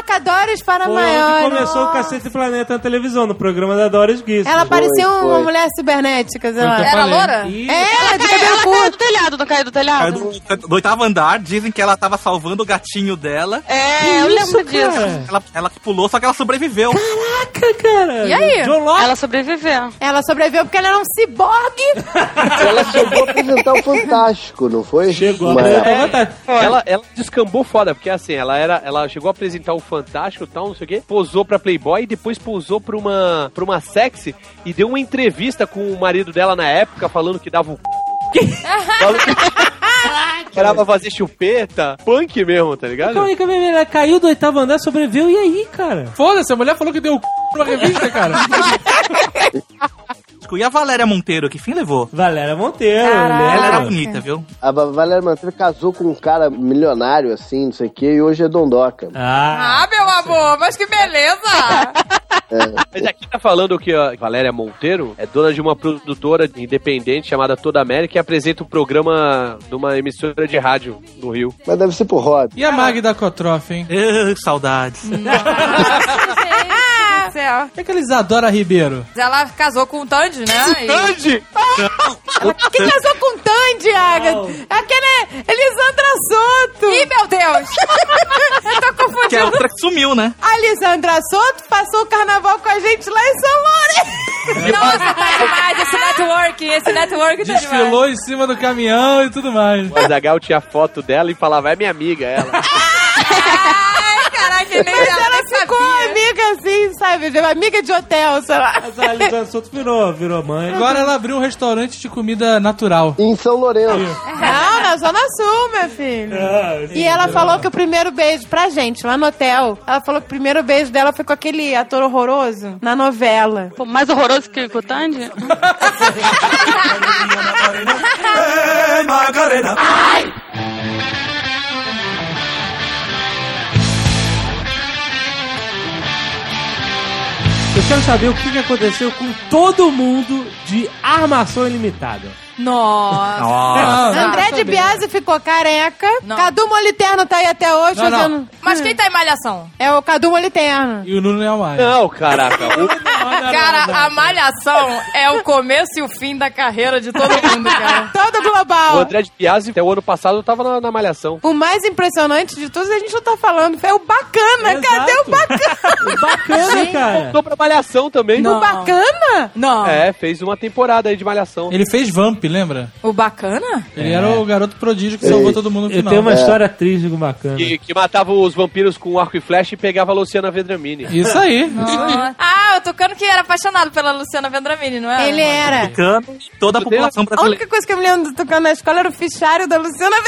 L: Caraca, Doris para
B: Foi onde
L: maior.
B: começou o Cacete Planeta na televisão, no programa da Doris Guice.
L: Ela parecia
D: foi.
L: uma mulher cibernética, sei lá.
H: Então-
G: Era
H: falei.
G: loura?
B: Ih,
L: É, ela de
C: Caiu-
L: cabelo
C: ela
L: curto.
C: caiu do telhado, não caiu do
E: Caiu
C: telhado?
E: do, do oitavo andar, dizem que ela tava salvando o gatinho dela.
C: É, eu lembro disso.
B: cara.
E: Ela, ela que pulou, só que ela sobreviveu.
B: Caraca, cara.
G: E aí?
B: John Locke.
C: Ela sobreviveu.
L: Ela sobreviveu porque ela era um ciborgue.
D: Ela chegou a apresentar o Fantástico, não foi?
B: Chegou a
D: Mas-
B: apresentar vantagem.
F: Ela, ela descambou foda, porque assim, ela era era, ela chegou a apresentar o Fantástico e tal, não sei o quê, posou pra Playboy e depois posou pra uma, pra uma sexy e deu uma entrevista com o marido dela na época falando que dava o c... Era pra fazer chupeta, punk mesmo, tá ligado?
B: Calma aí, calma aí, ela caiu do oitavo andar, sobreviveu, e aí, cara?
H: Foda-se, a mulher falou que deu o c... pra revista, cara.
E: E a Valéria Monteiro, que fim levou?
B: Valéria Monteiro,
H: É.
B: né?
E: Ela era bonita, viu?
D: A Va- Valéria Monteiro casou com um cara milionário, assim, não sei o quê, e hoje é dondoca.
G: Ah, meu amor, mas que beleza!
F: Mas aqui tá falando que a Valéria Monteiro é dona de uma produtora independente chamada Toda América e apresenta o programa de uma emissora de rádio no Rio.
D: Mas deve ser por hobby.
H: E a Magda Kotroff, hein?
E: saudades.
G: Gente do céu.
H: É que eles adoram Ribeiro.
G: Mas Ela casou com o Tandy, né? E-
L: Quem casou com Tandy, Agatha? Aquela é Elisandra Soto.
G: Ih, meu Deus! Eu tô
E: Que é
G: confundindo.
E: outra que sumiu, né?
L: A Elisandra Soto passou o carnaval com a gente lá em São Lourenço.
G: Nossa, tá demais esse networking. Esse networking tá demais.
H: Desfilou em cima do caminhão e tudo mais.
F: O Azagal tinha foto dela e falava, é minha amiga ela.
G: Ai, caraca, nem
L: Mas
G: ela
L: ela
G: nem
L: ficou
G: sabia.
L: amiga assim, sabe? De- Amiga de hotel, sei lá.
B: Mas a Elisandra Soto virou, virou mãe.
H: Agora ela abriu um restaurante de comida natural.
D: Em São Lourenço.
L: Não, na Zona Sul, meu filho.
H: Ah,
L: E ela
H: né?
L: falou que o primeiro beijo pra gente, lá no hotel, ela falou que o primeiro beijo dela foi com aquele ator horroroso na novela.
C: Pô, mais horroroso que o Tandy?
B: Eu quero saber o que que aconteceu com todo mundo de armação ilimitada.
G: Nossa.
E: Nossa.
G: Ah,
L: André de
G: soube.
L: Biasi ficou careca.
G: Não.
L: Cadu Moliterno tá aí até hoje
H: Não, não.
L: fazendo-
G: Mas quem tá em malhação?
L: É o Cadu Moliterno.
H: E o Nuno Leal Maia.
F: Não, caraca. O...
E: né?
G: Cara, a malhação é o começo e o fim da carreira de todo mundo, cara.
L: Todo
F: o
L: global.
F: André de Piazzi, até o ano passado, tava na, na Malhação.
L: O mais impressionante de tudo, a gente não tá falando, foi o bacana. Cadê o bacana?
B: Bacana,
H: É.
B: cara.
F: Voltou pra Malhação também.
L: O bacana?
G: Não.
F: É, fez uma temporada aí de Malhação.
H: Ele fez Vamp, lembra?
G: O bacana?
H: Ele era o garoto prodígio que salvou todo mundo no
B: É. Eu
H: final.
B: tenho uma história triste com o Bacana.
F: Que, que matava os vampiros com arco e flecha e pegava a Luciana Vedramini.
H: É. Isso aí.
L: Uhum.
G: Ah, o Tucano que era apaixonado pela Luciana Vendramini, não é?
L: Ele era.
E: Cano, toda a população
L: A
E: brasileira.
L: única coisa que eu me lembro do Tucano na escola era o fichário da Luciana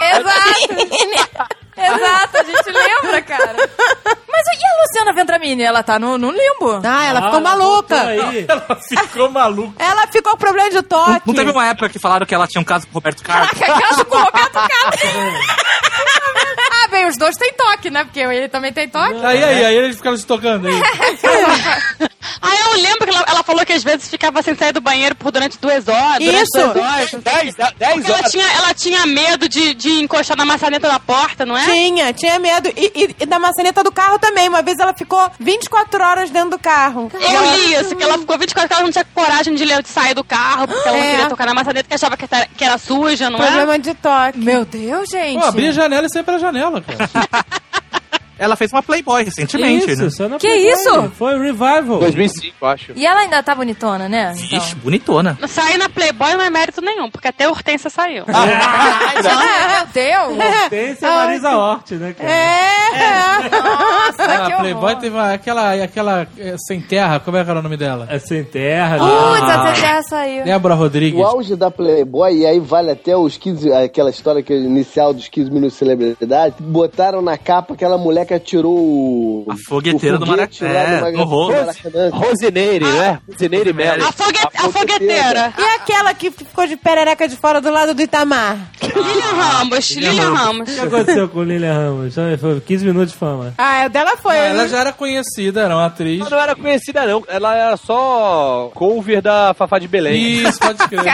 G: Exato. Exato, a gente lembra, cara. Mas e a Luciana Vendramini? Ela tá no, no limbo.
L: Ah, ela
B: Ah,
L: ficou maluca.
B: voltou aí.
E: Ela ficou maluca.
L: Ela ficou com problema de
E: Não,
L: toque.
E: não teve uma época que falaram que ela tinha um caso com o Roberto
G: Ah,
E: Carlos?
G: Caso com o Roberto Carlos. é um ah, bem, os dois têm toque, né? Porque ele também tem toque.
H: Aí,
F: É,
H: aí, aí eles ficaram se tocando aí.
C: Ah, eu lembro que ela, ela falou que às vezes ficava sem sair do banheiro por durante duas horas. durante
L: Isso.
C: duas horas.
F: Dez, dez
C: Porque ela
F: horas.
C: tinha, ela tinha medo de, de encostar na maçaneta da porta, não é?
L: Tinha, tinha medo. E, e- e da maçaneta do carro também. Uma vez ela ficou 24 horas dentro do carro.
C: Eu li isso, que ela ficou 24 horas, ela não tinha coragem de, ler- de sair do carro, porque ela não
L: É.
C: queria tocar na maçaneta, que achava que era, que era suja, não é?
L: Problema de toque.
G: Meu Deus, gente.
H: Pô, abri a janela e saí pela janela, cara.
E: Ela fez uma Playboy recentemente,
B: Isso,
E: né?
B: só na
G: Que
B: Playboy.
G: isso?
B: Foi o Revival.
F: 2005, eu acho.
G: E ela ainda tá bonitona, né? Então.
E: Vixe, bonitona.
C: Sair na Playboy não é mérito nenhum, porque até a Hortência saiu.
G: Ah, meu Deus.
B: Tem seu Marisa Hort, né, cara?
L: É.
G: Nossa, que
H: a
G: horror.
H: Playboy teve uma- aquela, aquela eh, sem terra, como é que era o nome dela? Ah,
B: É sem terra.
G: Putz, até terra saiu.
H: Débora Rodrigues.
D: O auge da Playboy, e aí vale até os 15, aquela história que é inicial dos 15 minutos de celebridade, botaram na capa aquela mulher que atirou o.
E: A fogueteira
D: o
E: do
D: foguete
E: Maracanã,
D: lá do Maracanã.
E: no
F: é,
E: rolo.
D: Maracanã.
F: Roseneire, não
H: Ah.
F: é? Roseneire Melo.
C: A, fogue- a fogueteira.
L: E aquela que ficou de perereca de fora do lado do Itamar?
C: Lilian Ramos, Ah. Lilian Ramos.
B: O que aconteceu com Lilia Ramos? Foi 15 minutos de fama.
L: Ah, é dela foi.
H: Ela já era conhecida, era uma atriz.
F: Ela não era conhecida, não. Ela era só cover da Fafá de Belém.
H: Isso, pode crer.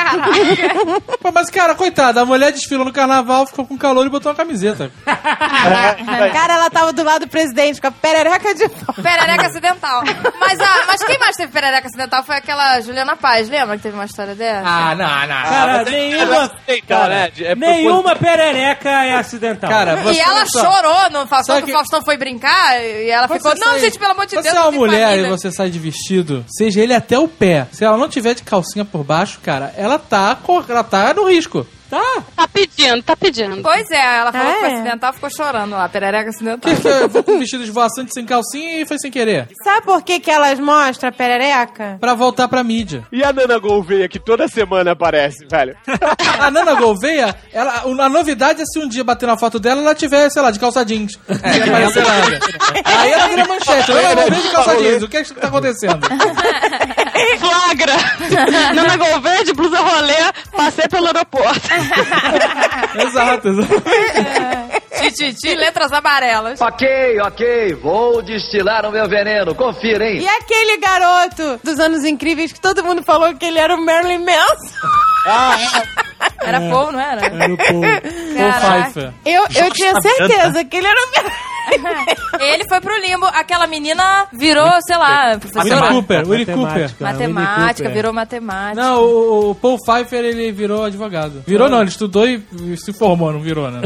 H: Pô, mas, cara, coitada, a mulher desfilou no carnaval, ficou com calor e botou uma camiseta.
L: Ah, Cara, ela tava do lado do presidente, com a perereca de fora.
G: Perereca acidental. Mas, a, mas quem mais teve perereca acidental foi aquela Juliana Paz, lembra que teve uma história dessa?
H: Ah, não, não.
B: Cara,
F: ela
B: nenhuma.
F: aceitar,
B: cara,
F: né? É
B: nenhuma perereca é acidental.
H: Cara,
G: e
H: você
G: ela
H: olha só,
G: chorou no Faustão,
H: Sabe
G: que...
H: que-
G: o Faustão foi brincar e ela
H: você
G: ficou, não,
H: sai-
G: gente, pelo amor de
H: você
G: Deus,
H: é
G: não
H: uma
G: tem
H: mulher
G: família."
H: e você sai de vestido, seja ele até o pé. Se ela não tiver de calcinha por baixo, cara, ela tá, cor- ela tá no risco.
B: Tá?
C: A pedindo, tá pedindo.
G: Pois é, ela falou que foi acidental, ficou chorando lá. Perereca assim, acidental.
H: Eu vou com um vestido esvoaçante sem calcinha e foi sem querer.
L: Sabe por que, que elas mostram a perereca?
H: Pra voltar pra mídia.
F: E a Nana Gouveia, que toda semana aparece, velho?
H: a Nana Gouveia, ela, a novidade é se um dia bater na foto dela ela tiver, sei lá, de calça jeans. É, não aparecer nada. Aí ela vira manchete. Nana Gouveia de calça jeans. O que é que tá acontecendo?
L: É.
C: Flagra! Nana Gouveia de blusa rolê, passei pelo aeroporto.
L: É.
H: Exato, exato.
G: Tititi, letras
H: É.
G: amarelas.
K: Ok, ok, vou destilar o meu veneno, confira, hein?
L: E aquele garoto dos anos incríveis que todo mundo falou que ele era o Marilyn Manson?
G: Era povo, não era?
H: Era o Paul, Paul
G: Caraca.
H: Pfeiffer.
L: Eu, eu tinha certeza que ele era o Marilyn
G: Ele foi pro limbo, aquela menina virou, sei lá,
H: Willie
G: professora
H: Cooper, Willie Cooper.
G: matemática, virou matemática.
H: é. Não, o, o Paul Pfeiffer, ele virou advogado. Virou não, ele estudou e e se formou, não virou, né?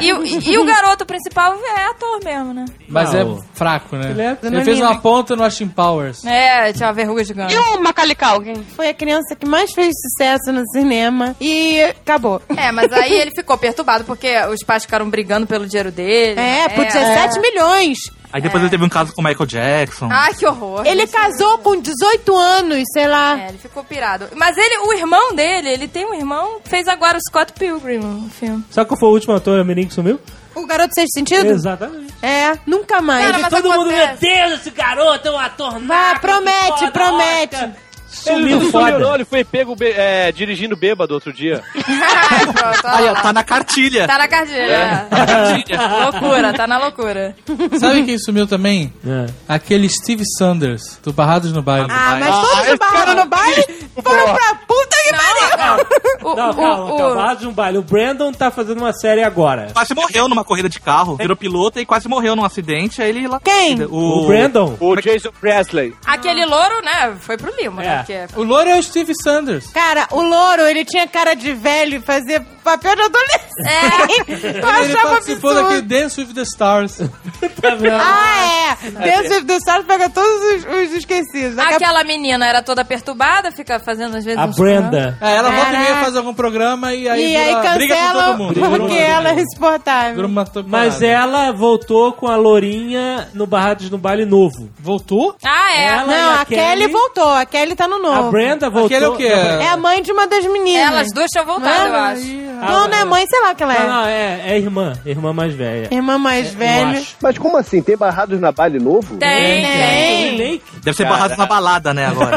G: E, o- e o garoto principal é ator mesmo, né?
H: Mas
B: Não.
H: é fraco, né? Ele,
L: Zanonino.
H: fez uma ponta no Austin Powers.
G: É, tinha uma verruga gigante.
C: E o Macaulay Culkin?
L: Foi a criança que mais fez sucesso no cinema e acabou.
G: É, mas aí ele ficou perturbado porque os pais ficaram brigando pelo dinheiro dele.
L: É, por 17 milhões.
E: Aí depois
F: É.
E: ele teve um caso com o Michael Jackson.
F: Ah,
G: Ai, que horror.
L: Ele casou com 18 anos, sei lá.
G: É, ele ficou pirado. Mas ele, o irmão dele, ele tem um irmão, fez agora o Scott Pilgrim no filme.
B: Sabe qual foi o último ator menino que sumiu?
L: O garoto sexto sentido?
B: Exatamente.
L: É, nunca mais.
G: Cara, mas
B: Todo mundo,
G: acontece.
B: meu Deus, esse garoto é um ator
L: Vá,
B: nato,
L: promete,
B: que foda,
L: promete.
B: Oscar. um
F: Ele
B: Sumiu
F: não sumiu, não,
B: foda.
F: ele foi pego bê- é, dirigindo bêbado outro dia.
G: Ai, pronto, olha
E: Aí, ó,
G: lá.
E: tá na cartilha.
G: Tá na cartilha. loucura, tá na loucura.
H: Sabe quem sumiu também?
B: É.
H: Aquele Steve Sanders, do Barrados no Baile.
L: Ah, mas todos os barraram no baile foram pra puta que pariu.
G: O,
B: Não,
G: o-
B: calma,
G: o-
B: calma. Barrados de um baile. O Brandon tá fazendo uma série agora.
E: Quase morreu numa corrida de carro. Virou piloto e quase morreu num acidente. Aí ele lá.
L: Quem?
B: O, Brandon.
F: O Jason Presley.
G: Aquele louro, né, foi pro limo,
B: É.
G: né? Porque...
H: O louro é o Steve Sanders.
L: Cara, o louro, ele tinha cara de velho e fazia papel de
G: É.
L: adolescente. Eu
H: ele
L: achava
H: participou daquele
L: é um absurdo.
H: Dance with the Stars.
B: Tá
L: Ah, é. Deus do Estado pega todos os, os esquecidos. Daqui a
G: Aquela menina era toda perturbada, fica fazendo às vezes
B: A
G: uns-
B: Brenda.
H: É, ela volta e meia
L: Caraca.
H: faz algum programa e aí,
L: e aí
H: vira- briga com todo
L: cancelam
H: mundo.
L: porque ela é insuportável.
H: Dura uma
B: Mas é-
H: temporada.
B: ela voltou com a Lourinha no Barrados no Baile Novo.
H: Voltou?
G: Ah, é.
B: Ela-
L: Não,
B: e a
L: a Kelly,
B: Kelly
L: voltou. A Kelly tá no novo.
B: A Brenda voltou.
H: Aquele é o quê?
L: É a mãe de uma das meninas.
G: Elas duas tinham voltado, eu acho.
L: Não, não é mãe, sei lá o que ela é.
B: Não, não, é, é irmã. Irmã mais velha.
L: Irmã mais
B: Eu
L: velha.
B: acho.
D: Mas como assim? Tem barrados na baile novo?
G: Tem, tem.
B: É o Lake.
E: Deve ser barrado na balada, né, agora.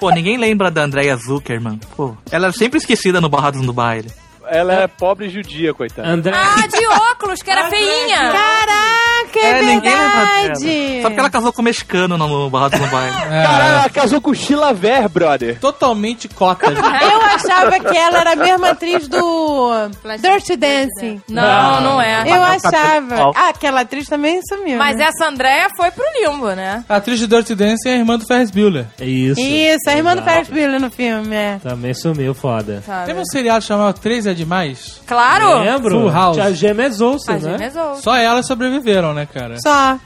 E: Pô, ninguém lembra da Andrea Zuckerman. Pô, ela é sempre esquecida no Barrados no Baile.
F: Ela é pobre judia, coitada.
B: André.
G: Ah, de óculos, que era feinha.
L: Caraca, é,
E: ninguém lembra
L: verdade.
E: dela. Só porque ela casou com o mexicano no Barrados no Baile.
H: É,
F: Caralho, ela casou com o Sheila Ver, brother.
H: totalmente cota.
L: Eu achava que ela era a mesma atriz do Dirty
G: assim.
L: Dancing.
G: Não, não é.
L: Eu achava. Ah, aquela atriz também sumiu.
G: Mas
L: né?
G: essa Andréia foi pro limbo, né?
H: A atriz de Dirty Dancing é a irmã do Ferris Bueller.
B: É Isso.
L: Isso, a irmã do
B: Exato.
L: Ferris Bueller no filme, é.
B: Também sumiu, foda.
G: Sabe?
H: Teve um seriado chamado Três é Demais?
G: Claro. é
B: Lembro?
H: Full House.
B: Tinha Gêmeas Olsen,
G: A
B: né?
G: gêmeas ou-
H: Só elas sobreviveram, né, cara?
L: Só.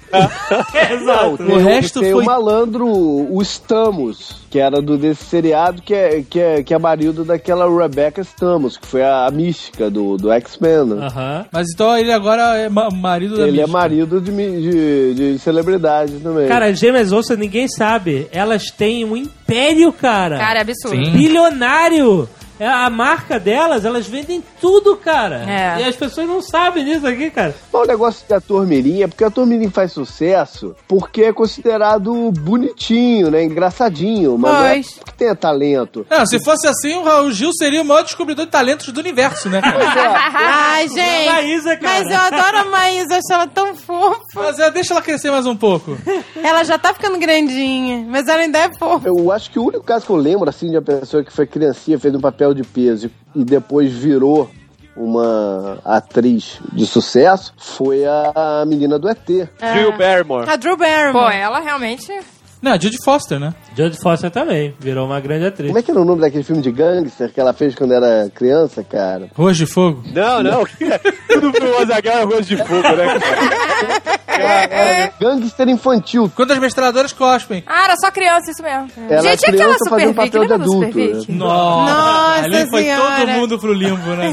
D: Não, tem,
H: O
D: o
H: resto
D: tem
H: foi-
D: o malandro, o Stamos, que era do desse seriado, que é, que é, que é marido daquela Rebecca Stamos, que foi a, a mística do, do X-Men. né?
B: Aham.
H: Mas então ele agora é ma- marido da
D: Ele é
H: Mística.
D: marido de, mi- de, de celebridade também.
B: Cara, as Gêmeas Olsen, ninguém sabe. Elas têm um império, cara.
G: Cara, é absurdo.
E: Sim.
B: Bilionário. É A marca delas, elas vendem tudo, cara.
G: É.
B: E as pessoas não sabem disso aqui, cara.
D: Mas o negócio da Tormirim é porque a Tormirim faz sucesso porque é considerado bonitinho, né? Engraçadinho, mas não é
L: Pois.
D: porque tem talento.
H: Não, se fosse assim, o Raul Gil seria o maior descobridor de talentos do universo, né, cara?
L: Ai,
B: A
L: gente.
B: Maísa, cara.
L: Mas eu adoro a Maísa, acho ela tão fofa.
H: Mas é, deixa ela crescer mais um pouco.
L: Ela já tá ficando grandinha, mas ela ainda é fofa.
D: Eu acho que o único caso que eu lembro, assim, de uma pessoa que foi criancinha, fez um papel de peso e depois virou uma atriz de sucesso, foi a menina do ET.
F: Drew Barrymore.
L: A Drew
G: Pô,
L: Barrymore.
G: ela realmente...
H: Não, a Judy Foster, né?
B: Jodie Foster também virou uma grande atriz.
D: Como é que era o nome daquele filme de gangster que ela fez quando era criança, cara?
H: Ruas de Fogo.
F: Não, não. Tudo pro Azaghal é rosto de fogo, né? cara?
D: Caralho, Gangster infantil.
H: Quando as mestradoras cospem.
G: Ah, era só criança, isso mesmo.
D: Era
G: Gente, e aquela
D: criança
G: Super
D: fazendo
G: Vic?
D: papel de
G: Lembra da Super
D: adulto,
G: Vic?
D: né?
H: Nossa, ali foi todo
G: Senhora.
H: mundo pro limbo, né?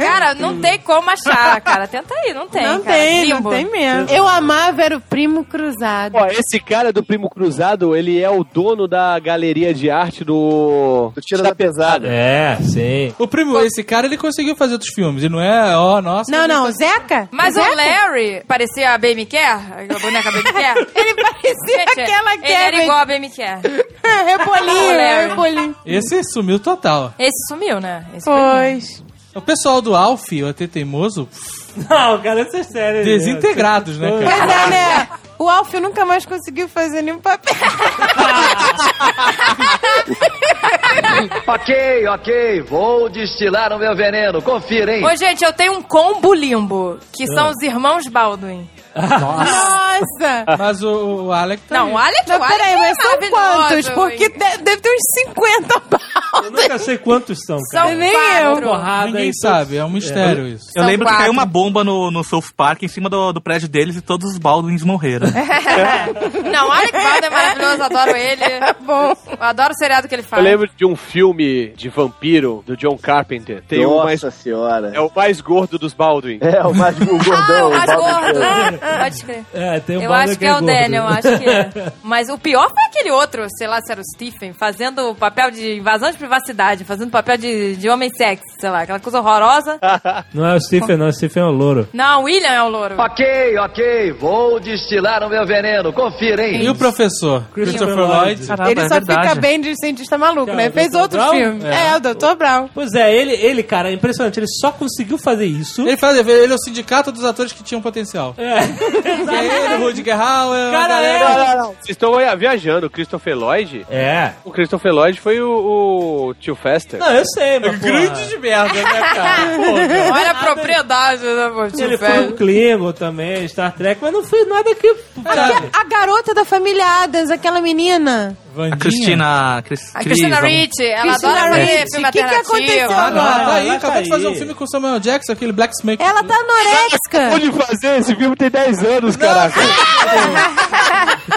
G: cara, não tem como achar, cara. Tenta aí, não tem.
L: É. Não
G: Tá cara.
L: tem, não
G: Limbo.
L: tem mesmo. Eu amava, era o primo cruzado.
F: Ó, esse cara do Primo Cruzado, ele é o dono da galeria de arte do. Tá do Tira da Pesada.
B: É, sim.
H: O primo, esse cara, ele conseguiu fazer outros filmes. E não é, ó, nossa.
L: Não, não, Zeca?
G: Mas
L: Zeca?
G: o Larry parecia a Baby Care, a boneca Baby Care.
L: Ele parecia aquela
G: Ele era
L: Karen.
G: igual a Baby Care.
L: Rebolinho,
G: O Larry.
L: rebolinho.
H: Esse sumiu total.
G: Esse sumiu, né? Esse foi ruim.
L: Pois.
H: O pessoal do Alf, o AT Teimoso,
B: Não, cara, isso é sério.
H: desintegrados, né,
L: Pois
H: cara?
L: é, né? O Alf nunca mais conseguiu fazer nenhum papel.
K: Ok, ok, vou destilar o meu veneno, confira, hein?
G: Ô, gente, eu tenho um combo limbo, que
B: Ah.
G: são os irmãos Baldwin.
L: Nossa!
H: Mas o, o Alec tá
G: Não,
H: aí.
G: o Alec,
L: Não,
G: o Alec
L: peraí,
G: é
L: mas são
G: maravilhoso,
L: quantos? Porque
G: hein?
L: de- deve ter uns 50
B: é Eu nunca sei quantos são, cara.
G: São
L: Nem
G: quatro.
B: Porrada
H: Ninguém
B: aí,
H: sabe, é um mistério isso.
E: Eu
G: São
E: lembro que
G: quatro.
E: caiu uma bomba no, no South Park em cima do, do prédio deles e todos os Baldwins morreram.
G: Não, o Alec Baldwin é maravilhoso, adoro ele.
L: É
G: Bom. Eu adoro o seriado que ele
F: Eu
G: faz.
F: lembro de um filme de vampiro do John Carpenter. Tem o mais.
D: Nossa senhora.
F: É o mais gordo dos Baldwin.
D: É, o mais o
G: Ah,
D: gordão.
G: o mais
D: o Bob
G: gordo. Ah,
D: Dylan.
G: Pode crer.
B: É, tem um
G: Eu
B: Baldwin
G: acho que é o
B: gordo.
G: Daniel, eu acho que é. Mas o pior foi aquele outro, sei lá se era o Stephen, fazendo o papel de invasão de privacidade, fazendo papel de, de homem sexy, sei lá, aquela coisa horrorosa.
F: Ah.
B: Não é o Stephen, não. O Stephen é o louro.
G: Não, o William é o louro.
K: Ok, ok, vou destilar o meu veneno, confira, hein?
H: E o professor? Christopher Lloyd.
E: Caramba,
L: Ele
E: é
L: só
E: verdade.
L: fica bem de cientista maluco,
B: Que é
L: né?
B: o
L: Fez
B: Dr.
L: outro
B: Brown?
L: filme.
H: É.
L: É, o Dr. Brown.
B: Pois é, ele, ele, cara, é impressionante. Ele só conseguiu fazer isso.
H: Ele, faz, ele é o sindicato dos atores que tinham potencial.
B: É.
H: Que é ele, o Rudiger Hauer,
B: Cara,
H: a galera- tá
B: é.
F: Não, não, não. Vocês estão aí viajando. O Christopher Lloyd.
B: É.
F: O Christopher Lloyd foi o, o tio Fester.
B: Não, eu sei, mas.
H: Grande de merda, né, cara?
G: Olha a propriedade, né, pô,
B: Ele
G: super.
B: foi um Klingon também, Star Trek, mas não foi nada que. Sabe?
L: A garota da família Adams, aquela menina.
B: É,
E: A
H: Vandinha.
E: Cristina. Cris,
G: A Christina
E: Cris-
G: Ricci, ela
L: Christina
G: adora fazer
L: Ricci,
G: filme
L: que que
G: alternativo.
L: aconteceu
H: Ah, não,
L: agora?
H: tá aí,
B: Ela
H: acabou
B: tá
H: de fazer um
B: aí.
H: filme com o Samuel Jackson, aquele Black Snake.
L: Ela tá anorexica.
F: Pode fazer? Esse filme tem 10 anos, caraca.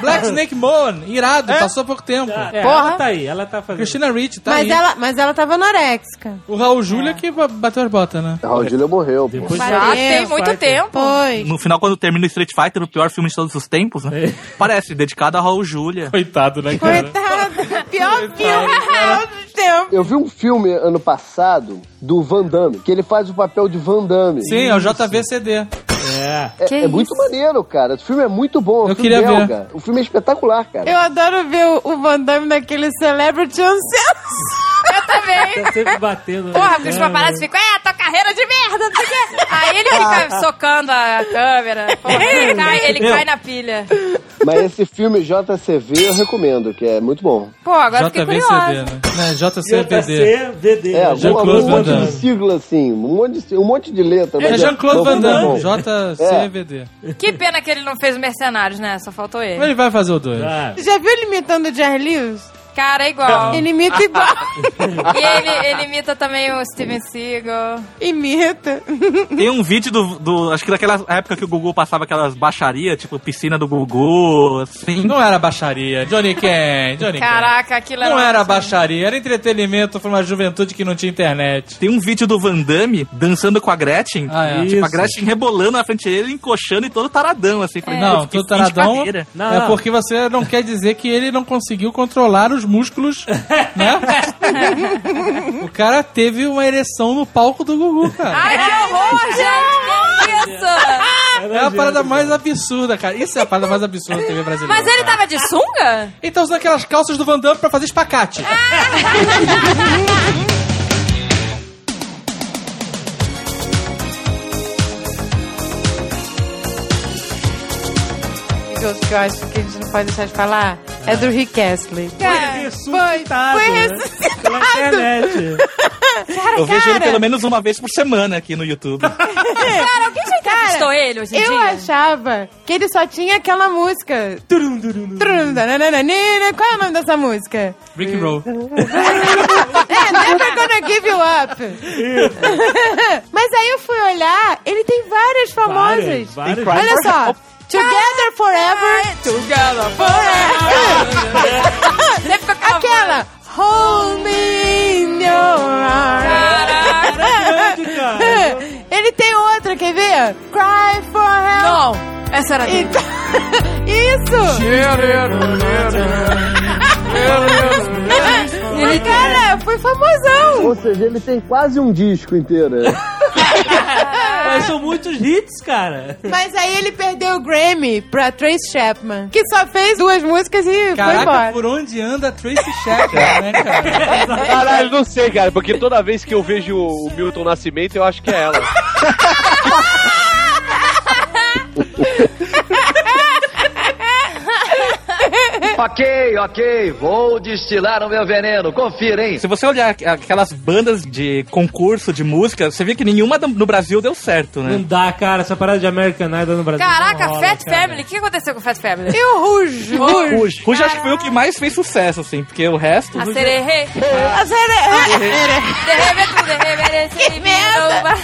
H: Black Snake Moon, irado, passou há pouco tempo.
B: É,
G: Porra.
B: Ela tá aí, ela tá fazendo.
H: Christina Ricci, tá
L: Mas
H: aí.
L: ela, mas ela tava anorexica.
H: O Raul
B: É.
H: Júlia que ba- bateu as botas, né?
D: Raul Julia morreu, pô.
B: Depois
G: Já
L: Valeu,
G: tem muito
B: Fighter.
G: tempo.
L: Foi.
E: No final, quando termina o Street Fighter, o pior filme de todos os tempos, né?
F: É.
E: Parece, dedicado a Raul Júlia.
H: Coitado, né,
L: Coitada. tá Pior
B: tá
L: filme de todos os tempos.
D: Eu vi um filme ano passado do Van Damme, que ele faz o papel de Van Damme.
H: Sim, é o JVCD.
B: É.
D: É, é muito maneiro, cara. O filme é muito bom. é um
H: Eu
D: filme
H: queria ver.
D: belga. O filme é espetacular, cara.
L: Eu adoro ver o- o Van Damme naquele Celebrity Uncensored.
G: Eu também.
B: Tá sempre batendo. né?
G: Porra, que os
B: É,
G: paparazzi ficam, é, tua carreira de merda, não sei o quê. Aí ele fica
L: Ah.
G: socando a câmera. Porra, ele cai, ele cai na pilha.
D: Mas esse filme JCV eu recomendo, que é muito bom.
G: Pô, agora eu fiquei
H: JVCD,
G: curiosa.
H: né? né? JCVD.
B: JC, VD.
D: É,
H: Jean-Claude
D: algum- algum
H: Van
D: monte
H: Damme.
D: de sigla, assim. Um monte de, um monte de letra.
H: É
D: mas
H: Jean-Claude
D: bom,
H: Van
D: bom.
H: Damme, JCVD.
G: Que pena que ele não fez o Mercenários, né? Só faltou ele.
H: Ele vai fazer o dois.
B: Ah,
L: Já viu ele imitando o Jerry Lewis?
G: Cara, é igual.
L: Ele imita igual.
G: E ele, ele imita também o Steven Seagal.
L: imita.
E: Tem um vídeo do, do- Acho que daquela época que o Gugu passava aquelas baixarias, tipo piscina do Gugu, assim.
H: Não era baixaria. Johnny Ken, Johnny
G: Caraca, é aquilo
H: Ken. Não
G: uma
H: era
G: coisa-
H: baixaria, era entretenimento pra uma juventude que não tinha internet.
E: Tem um vídeo do Van Damme dançando com a Gretchen.
H: Ah, é.
E: Tipo, a
B: Isso.
E: Gretchen rebolando na frente dele, encoxando e todo taradão, assim. Falei,
H: Não,
E: "Putz, que
H: todo
E: fim de
H: taradão
E: carreira."
B: Não,
H: é
B: não.
H: porque você não quer dizer que ele não conseguiu controlar os músculos, né? o cara teve uma ereção no palco do Gugu, cara.
G: Ai, que horror, gente! Que isso?
H: É a parada mais absurda, cara. Isso é a parada mais absurda da TV brasileira.
G: Mas ele tá-
H: cara.
G: tava de sunga?
H: Ele tá usando aquelas calças do Van Damme pra fazer espacate.
L: de outro que eu acho que a gente não pode deixar de falar é do Rick Astley. É.
B: Foi ressuscitado.
L: foi
B: né?
L: ressuscitado.
B: Pela internet.
E: Eu vejo ele
L: cara.
E: pelo menos uma vez por semana aqui no YouTube.
G: Cara, alguém já entrevistou ele hoje em
L: Eu
G: dia?
L: achava que ele só tinha aquela música.
B: Turum, turum, turum.
L: Trum, dananana, nina. Qual é o nome dessa música?
H: Rick and Roll.
L: É, never gonna give you up. Mas aí eu fui olhar, ele tem várias famosas.
J: Várias, várias.
L: Olha só. Together Forever. Together Forever. é Aquela. Hold me in your arms. Ele tem outra, quer ver? Cry for help. Não, essa era dele. Isso! Ele, cara, foi famosão.
D: Ou seja, ele tem quase um disco inteiro.
B: Mas são muitos hits, cara.
L: Mas aí ele perdeu o Grammy pra Trace Chapman, que só fez duas músicas e foi
M: Caraca,
L: embora.
M: por onde anda a Tracy Chapman, né, cara?
F: Caralho, não sei, cara, porque toda vez que eu vejo o Milton Nascimento, eu acho que é ela.
K: ok, ok, vou destilar o meu veneno. Confira, hein?
E: Se você olhar aqu- aquelas bandas de concurso de música, você vê que nenhuma do- no Brasil deu certo, né?
B: Não dá, cara, essa parada de American Idol no Brasil.
G: Caraca,
E: rola,
G: Fat Family. O que aconteceu com o Fat Family?
L: E o Ruge? Ah.
E: Ruge. Ruge. acho que foi o que mais fez sucesso, assim, porque o resto.
G: A
E: Ruge-
G: sererê.
L: A
G: sererê. Que merda.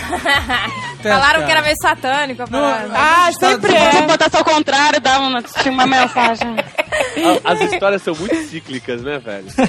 G: Falaram que era meio satânico. a parada.
C: Ah, sempre é. Se botasse ao contrário, dava uma, tinha uma mensagem.
F: A- As histórias são muito cíclicas, né, velho?
D: É.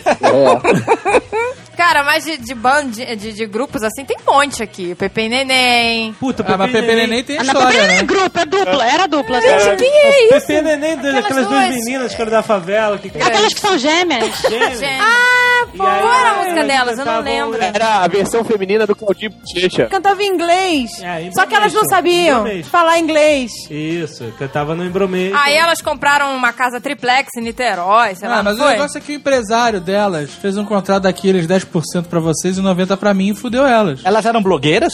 G: Cara, mas de, de band, de, de grupos assim, tem um monte aqui. Pepe e Neném.
B: Puta,
M: Ah, mas Pepe Neném tem
G: Ah,
C: Tá
G: não,
M: história,
G: Pepe
M: né?
G: Neném é grupo, é dupla,
C: era dupla.
G: Gente, quem é isso?
B: Pepe Neném, aquelas, aquelas duas, meninas que eram da favela.
G: É.
B: Que...
C: Aquelas que são gêmeas.
B: Gêmeas.
G: Ah,
B: pô, qual
G: era a música delas? Eu não lembro.
F: Era a versão feminina do Claudinho Bochecha.
L: Cantava em inglês.
B: É, em
L: só que elas não
B: inglês, em
L: sabiam
B: inglês.
L: falar inglês.
B: Isso, cantava no embromê.
G: Ah, Aí elas compraram uma casa triplex em Niterói, sei lá.
M: Ah, mas
G: não
M: o
G: foi?
M: negócio é que o empresário delas fez um contrato daqueles 10% pra vocês e 90% pra mim e fudeu elas.
E: Elas eram blogueiras?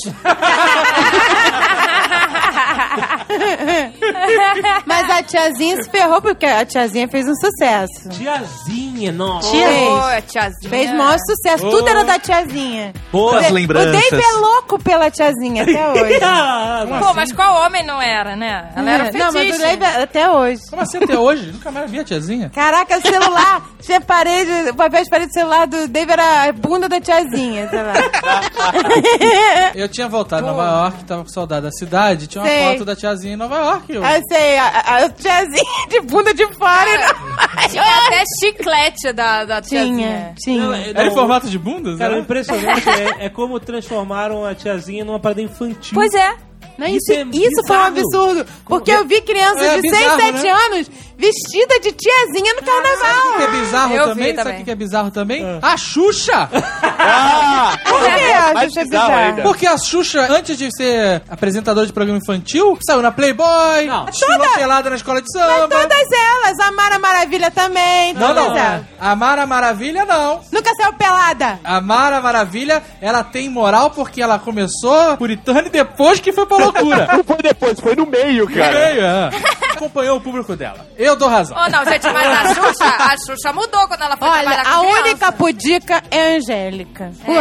L: Mas a tiazinha se ferrou porque a tiazinha fez um sucesso.
B: Tiazinha, nossa.
G: Tia.
L: Fez.
G: tiazinha.
L: Fez maior sucesso.
B: Oh.
L: Tudo era da tiazinha.
B: Boas
L: Quer dizer,
B: lembranças.
L: O Dave é louco pela tiazinha até hoje.
B: Ah,
G: Pô, mas qual homem não era, né? Ela era fetiche.
L: É, Não, mas o Dave até hoje.
M: Como assim até hoje? Nunca mais vi a tiazinha.
L: Caraca, o celular, tinha parede, o papel de parede do celular do Dave era a bunda da tiazinha, sei lá.
M: Eu tinha voltado a Nova York, tava com saudade da cidade, tinha uma
L: Sei.
M: foto da tiazinha em Nova York. Eu...
L: Aí sei, a, a- a tiazinha de bunda de fora.
G: Tinha até chiclete da, da tiazinha.
L: Tinha.
M: Era em formato de bundas?
B: Cara, o
M: né?
B: impressionante é, é como transformaram a tiazinha numa parada infantil.
G: Pois é.
L: Não,
B: Isso
L: isso,
B: é
L: isso foi um
B: bizarro.
L: absurdo. Porque eu vi criança
M: É
L: de 6,
M: bizarro,
L: 7
M: né?
L: anos vestida de tiazinha
M: Sabe
L: no
M: o que é
L: carnaval.
M: bizarro
G: Eu vi
M: também? Sabe
G: também.
M: o que que é bizarro também? A Xuxa!
F: Ah!
L: É,
F: mais
L: isso é
F: bizarro
L: bizarro.
F: ainda.
M: Porque a Xuxa, antes de ser apresentadora de programa infantil, saiu na Playboy, desfilou pelada na escola de samba.
L: Todas elas, a Mara Maravilha também.
M: Não,
L: todas
M: não.
L: elas.
M: A Mara Maravilha, não.
L: Nunca saiu pelada.
M: A Mara Maravilha, ela tem moral porque ela começou puritana e depois que foi pra loucura.
F: Não foi depois, foi no meio, cara.
M: Veio, é. Acompanhou o público dela. Eu dou razão.
G: Oh, não, gente, mas a Xuxa, a Xuxa mudou quando ela foi
L: Olha,
G: trabalhar com
L: a
G: criança.
L: única pudica é a Angélica. O
G: É,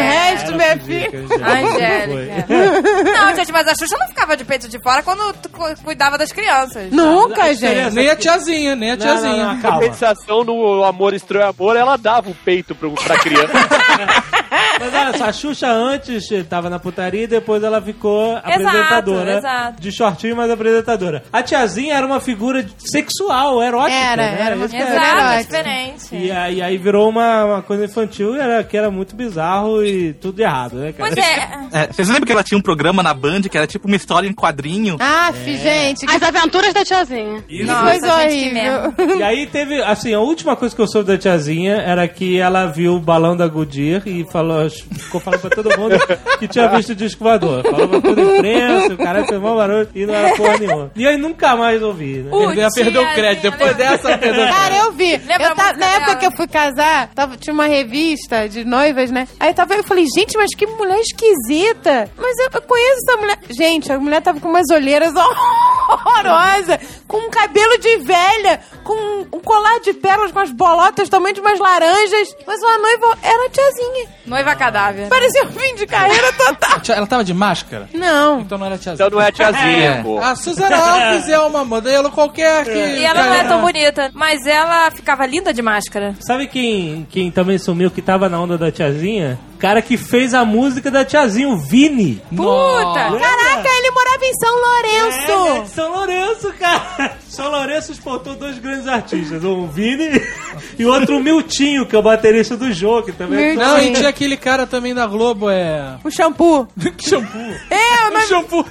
B: Era
L: resto,
B: assim
L: minha
B: pudica,
L: filha.
G: Angélica. Não, gente, mas a Xuxa não ficava de peito de fora quando tu cu- cuidava das crianças.
B: A
L: Nunca,
B: diferença-
L: gente.
M: Nem a tiazinha, nem a
B: Não, não,
M: tiazinha.
B: não,
F: A
B: calma.
F: Compensação no Amor Estranho Amor, ela dava o peito pro, pra criança.
B: Mas olha só, a Xuxa antes tava na putaria e depois ela ficou
G: Exato,
B: apresentadora.
G: exato.
B: De shortinho, mas apresentadora. A tiazinha era uma figura sexual, erótica.
L: Era,
B: né?
L: era uma
B: Isso que
G: Exato,
L: é Verdade.
G: diferente.
B: E aí, aí virou uma, uma coisa infantil era, que era muito bizarro e tudo errado, né, cara?
G: Pois é.
E: É, vocês lembram que ela tinha um programa na Band que era tipo uma história em quadrinho?
L: Aff,
H: É.
L: gente. Que
C: As aventuras da tiazinha.
G: Nossa,
L: coisa
G: gente, que
L: horrível.
G: merda.
B: E aí teve, assim, a última coisa que eu soube da tiazinha era que ela viu o balão da Goodyear e falou, ficou falando pra todo mundo que tinha visto o disco voador. Falou pra toda a imprensa, o cara fez mó barulho e não era porra nenhuma. E aí nunca mais ouvi, né?
G: O
M: Perdeu, perdeu o
G: tiazinha,
M: crédito. Depois
G: lembra?
M: dessa, perdeu o crédito.
L: Cara, eu vi.
G: Lembra
L: Eu
G: a
L: tava-
G: música
L: na época
G: dela?
L: que eu fui casar, tava, tinha uma revista de noivas, né? Aí tava, eu falei, gente, mas que mulher esquisita. Mas eu, eu conheço essa mulher. Gente, a mulher tava com umas olheiras horrorosas, com um cabelo de velha, com um, um colar de pérolas, com as bolotas também de umas laranjas. Mas uma noiva era a tiazinha.
G: Noiva pra cadáver.
L: Parecia um fim de carreira total.
H: Ela tava de máscara?
L: Não.
H: Então não era tiazinha.
F: Então não é tiazinha,
H: É.
F: pô.
H: A Suzana Alves é uma modelo qualquer que...
G: E ela não é tão bonita, mas ela ficava linda de máscara.
B: Sabe quem, quem também sumiu que tava na onda da tiazinha? O cara que fez a música da tiazinha, o Vini.
G: Puta!
L: Caraca, ele morava em
B: É,
L: São
B: é de
L: Lourenço.
B: São Lourenço, cara! São Lourenço exportou dois grandes artistas, um Vini e outro Miltinho, que é o baterista do jogo, que também é
H: Não, e tinha aquele cara também da Globo, é...
L: O shampoo.
H: que shampoo?
L: É, mas...
H: shampoo.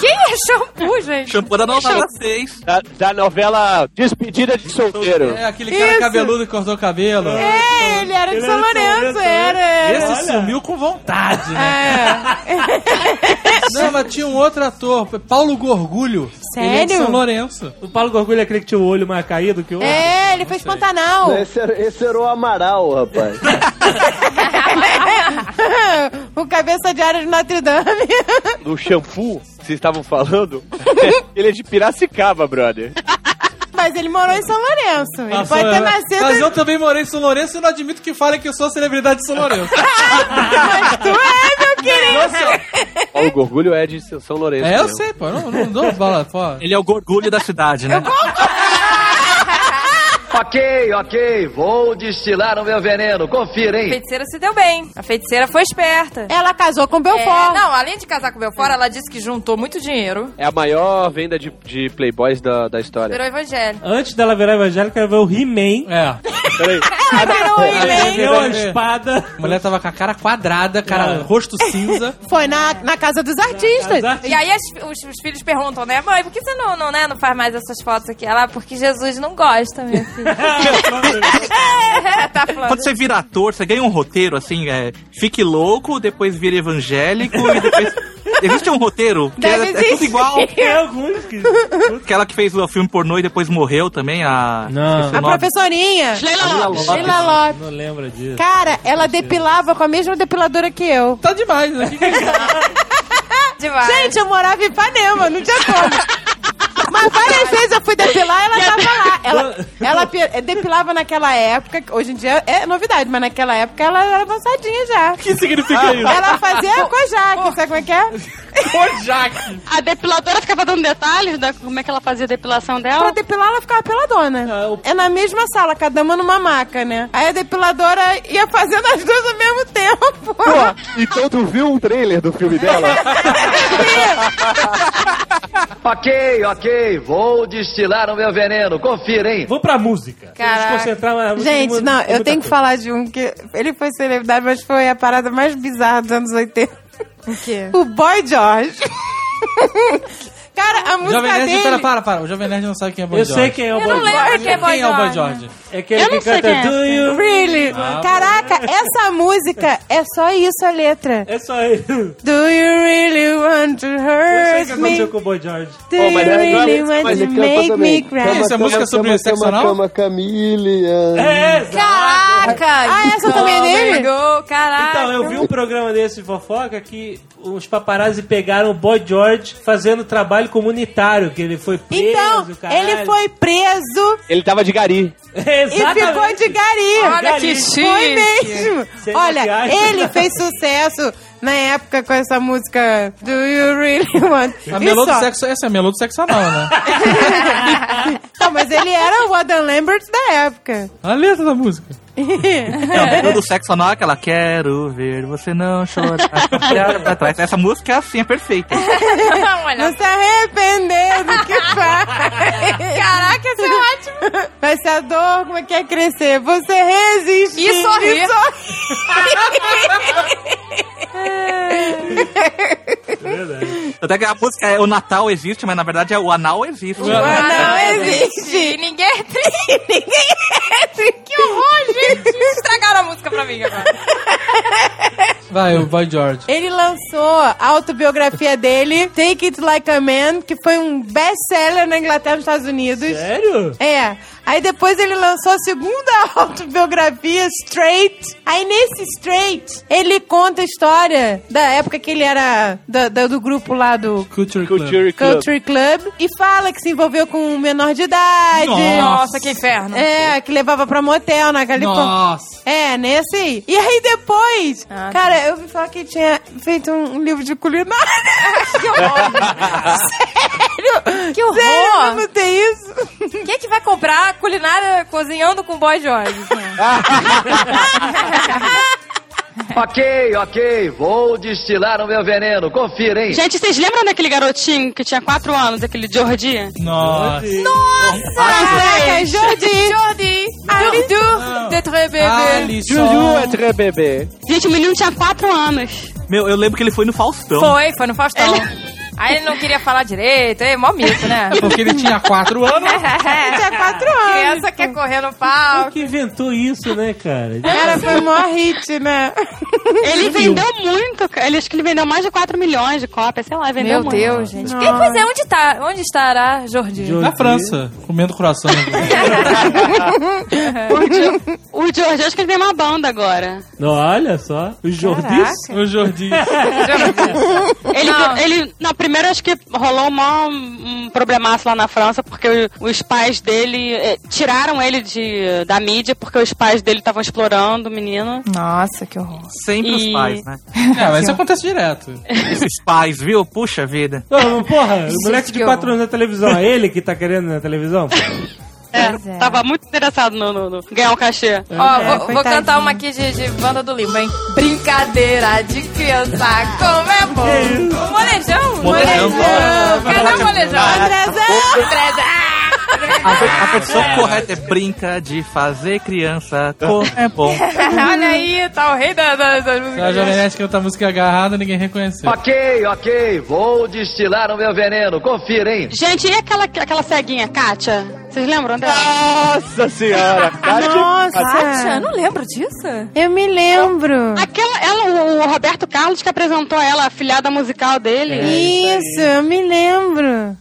G: Quem é shampoo, gente?
E: Shampoo da novela 6.
F: Da, da novela Despedida de Solteiro.
H: É aquele cara
L: Isso.
H: cabeludo que cortou o cabelo.
L: É, ele era de
B: Ele
L: São
B: era de São
L: Lourenço,
B: Lourenço,
L: era, era.
H: Esse sumiu com vontade, né?
L: É.
H: Não, mas tinha um outro ator, Paulo Gorgulho. Ele é de
L: Sério?
H: São Lourenço.
B: O Paulo Gorgulho é aquele que tinha o olho mais caído que o outro.
L: É, ele fez Pantanal.
D: Esse era, esse era o Amaral, rapaz.
L: o cabeça de área de Notre Dame.
F: No shampoo, vocês estavam falando, ele é de Piracicaba, brother.
L: Mas ele morou em São Lourenço. Ele
H: Passou- é.
B: é,
L: pode ter
B: né?
H: Mas
L: nascido.
H: eu também morei em São Lourenço e não admito que falem que eu sou celebridade de São Lourenço.
L: Mas tu é, meu querido.
F: Paulo Gorgulho é de São Lourenço.
H: É, eu
F: mesmo.
H: sei, pô. eu Não, não dou bola fora.
E: Ele é o gorgulho da cidade, né?
K: Ok, ok, vou destilar o meu veneno, confira,
G: A
K: hein?
G: feiticeira se deu bem. A feiticeira foi esperta.
L: Ela casou com
G: É,
L: Belfort.
G: não, além de casar com o Belfort, ela disse que juntou muito dinheiro.
F: É a maior venda de, de Playboys da, da história.
G: Virou evangélico.
B: Antes dela virar evangélica, ela veio o He-Man.
H: É.
F: Peraí.
L: Virou um e-mail.
B: Deu a espada.
H: A mulher tava com a cara quadrada,
E: É.
H: cara,
B: Não.
H: rosto cinza.
L: Foi na, na casa dos
B: As
L: artistas.
G: E
B: artes-
G: aí as- os, os filhos perguntam, né? Mãe, por que você não, não, né, não faz mais essas fotos aqui? Ela, porque Jesus não gosta, minha filha. tá falando.
E: Quando você vira ator, você ganha um roteiro, assim, é... Fique louco, depois vira evangélico e depois... Existe um roteiro? Que
L: Deve
E: é, é tudo
L: existir.
E: igual.
B: Tem alguns que...
E: Aquela que fez o filme pornô e depois morreu também, a...
B: Não.
E: esqueci o
L: A
E: nome.
L: professorinha.
C: Leila Lopes.
L: Sheila Lopes.
B: Não lembra disso.
L: Cara, ela depilava com a mesma depiladora que eu.
H: Tá demais, né? Que que é?
G: Demais.
L: Gente, eu morava em Ipanema, não tinha como. Mas várias vezes eu fui depilar ela tava lá. Ela, ela pe- depilava naquela época, que hoje em dia é novidade, mas naquela época ela era avançadinha já.
H: que significa isso?
L: Ela fazia Kojak, sabe como é que é?
C: A depiladora ficava dando detalhes da como é que ela fazia a depilação
L: Pra
C: dela.
L: depilar, ela ficava peladona. É na mesma sala, cada uma numa maca, né? Aí a depiladora ia fazendo as duas ao mesmo tempo.
F: então tu viu um trailer do filme dela?
K: Ok, ok, vou destilar o meu veneno, confira, hein?
B: Vou pra música.
G: Caraca.
B: Vamos concentrar na música.
L: Gente, não, eu tenho que falar de um que ele foi celebridade, mas foi a parada mais bizarra dos anos 80.
G: O quê?
L: O Boy George. Cara, a
H: O Jovem
L: música
H: Nerd,
L: dele...
H: para, para, para. O Jovem Nerd não sabe quem é Boy
B: Eu
H: George.
B: sei quem é o
G: Eu
B: Boy
G: não
B: George.
G: lembro quem é Boy
H: Quem é o Boy
G: George.
H: George?
B: É aquele
C: Eu
B: que
C: não sei
B: canta
C: quem é.
B: Do You
L: Really? Caraca, essa música é só isso a letra.
B: É só isso. Eu
L: Do you really want to
B: sei o
L: hurt
B: que
L: me?
B: aconteceu com o Boy George.
L: Do
F: Oh, mas
L: you
F: é
L: really
F: legal,
L: want
F: mas
L: to
D: Ele canta
L: make me
D: também.
L: cry?
H: Isso é música sobre
D: cama,
H: sexo
D: cama,
H: anal?
D: Cama, Camille.
B: É,
G: Caraca!
L: Ah, essa também é dele?
G: Amigo, Caraca!
L: Ah,
B: Então, eu vi um programa desse de fofoca que os paparazzi pegaram o Boy George fazendo trabalho comunitário, que ele foi preso,
L: Então,
B: caralho.
L: ele foi preso
F: Ele tava de gari.
L: e ficou de gari.
G: Olha
B: Gari.
G: que
L: Foi
G: chique!
L: mesmo.
B: Sem
L: Olha,
B: maquiagem.
L: ele fez sucesso na época com essa música Do You Really Want
H: A melô do
L: Isso, ó.
H: sexo... Essa é a melô do sexo anal, né?
L: Não, mas ele era o Adam Lambert da época.
H: A letra da música.
E: Não, dentro do sexo anal, é aquela quero ver você não chorar, olhar pra trás. Essa música é assim, é perfeita.
G: Olha,
L: Não se arrepender do que faz.
G: Caraca, essa é ótima!
L: Mas se a dor, como é que é crescer? Você resiste.
G: E sorrir.
E: Até que a música é o Natal existe, mas na verdade é o anal existe.
L: Não
G: E
L: existe.
G: Ah, ninguém é triste! Ninguém é triste! Que horror, gente! Estragaram a música pra mim agora.
M: Ah, é
H: Vai, o Boy George.
L: Ele lançou a autobiografia dele, Take It Like a Man, que foi um best-seller na Inglaterra e nos Estados Unidos.
B: Sério?
L: É. Aí depois ele lançou a segunda autobiografia, Straight. Aí nesse Straight, ele conta a história da época que ele era da- da- do grupo lá do
H: Culture
F: Club. Culture Club.
L: Culture Club. E fala que se envolveu com um menor de idade.
G: Nossa, Nossa, que inferno.
L: É, que levava pra motel na Califórnia.
G: Nossa.
L: É, nesse aí. E aí depois,
G: Ah, tá.
L: cara, eu vi falar que ele tinha feito um um livro de culinária. que Sério?
G: Que horror!
L: Sério, não tem isso?
G: Quem é que vai comprar culinária cozinhando com boy George?
K: Ok, ok, vou destilar o meu veneno, confira, hein?
C: Gente, vocês lembram daquele garotinho que tinha 4 anos, aquele Jordi?
M: Nossa!
L: Caraca, Jordi!
G: Jordi!
L: Alice.
G: Dur de très bébé.
F: Juju é très bebê.
C: Gente, o menino tinha 4 anos.
E: Meu, eu lembro que ele foi no Faustão.
G: Foi, foi no Faustão. Aí ele não queria falar direito, é mó mito, né? É.
M: Porque ele tinha quatro anos.
L: tinha quatro
G: um
L: anos.
G: Criança quer correr no
B: Quem
G: pau.
B: que inventou isso, né, cara?
L: Cara, foi o maior hit, né?
C: Ele vendeu muito, cara. ele acho que ele vendeu mais de 4 milhões de cópias, sei lá, ele vendeu
G: Meu
C: muito.
G: Deus, gente. E, pois é, onde, tá, onde estará Jordi?
M: Na França, comendo coração.
C: O Jordi, acho que ele tem uma banda agora.
B: Olha só, o Jordis.
M: O Jordi.
C: Ele,
G: Não.
C: ele, não, primeiro acho que rolou um maior, um problemaço lá na França, porque o- os pais dele eh, tiraram ele de, da mídia, porque os pais dele estavam explorando o menino.
G: Nossa, que horror.
E: Sempre os
C: E-
E: pais, né?
M: É, mas isso acontece direto.
E: Esses pais, viu? Puxa vida.
B: Não, porra, o moleque de
G: que
B: 4 anos na televisão, é ele que tá querendo na televisão?
C: É, Tava muito interessado no, no- no ganhar um cachê.
G: Ó, vou- vou, cantar uma aqui de, de banda do Limbo, hein? Brincadeira de criança, como é bom. Molejão?
E: Molejão.
G: Cadê o molejão? Um
L: Andrezão!
E: A, pe- a petição correta é brinca de fazer criança com é bom.
G: Olha aí, tá o rei da- da- das
M: A
B: Tá,
G: músicas.
M: Jovenete que outra música agarrada, ninguém reconheceu.
K: Ok, ok, vou destilar o meu veneno, confira, hein?
C: Gente, e aquela, aquela ceguinha, Kátia? Vocês lembram dela?
F: Nossa senhora,
L: Nossa!
G: Kátia, eu não lembro disso.
L: Eu me lembro.
C: Aquela, ela, o, o Roberto Carlos que apresentou ela, a filhada musical
D: É
C: dele.
L: É. Isso, eu me lembro.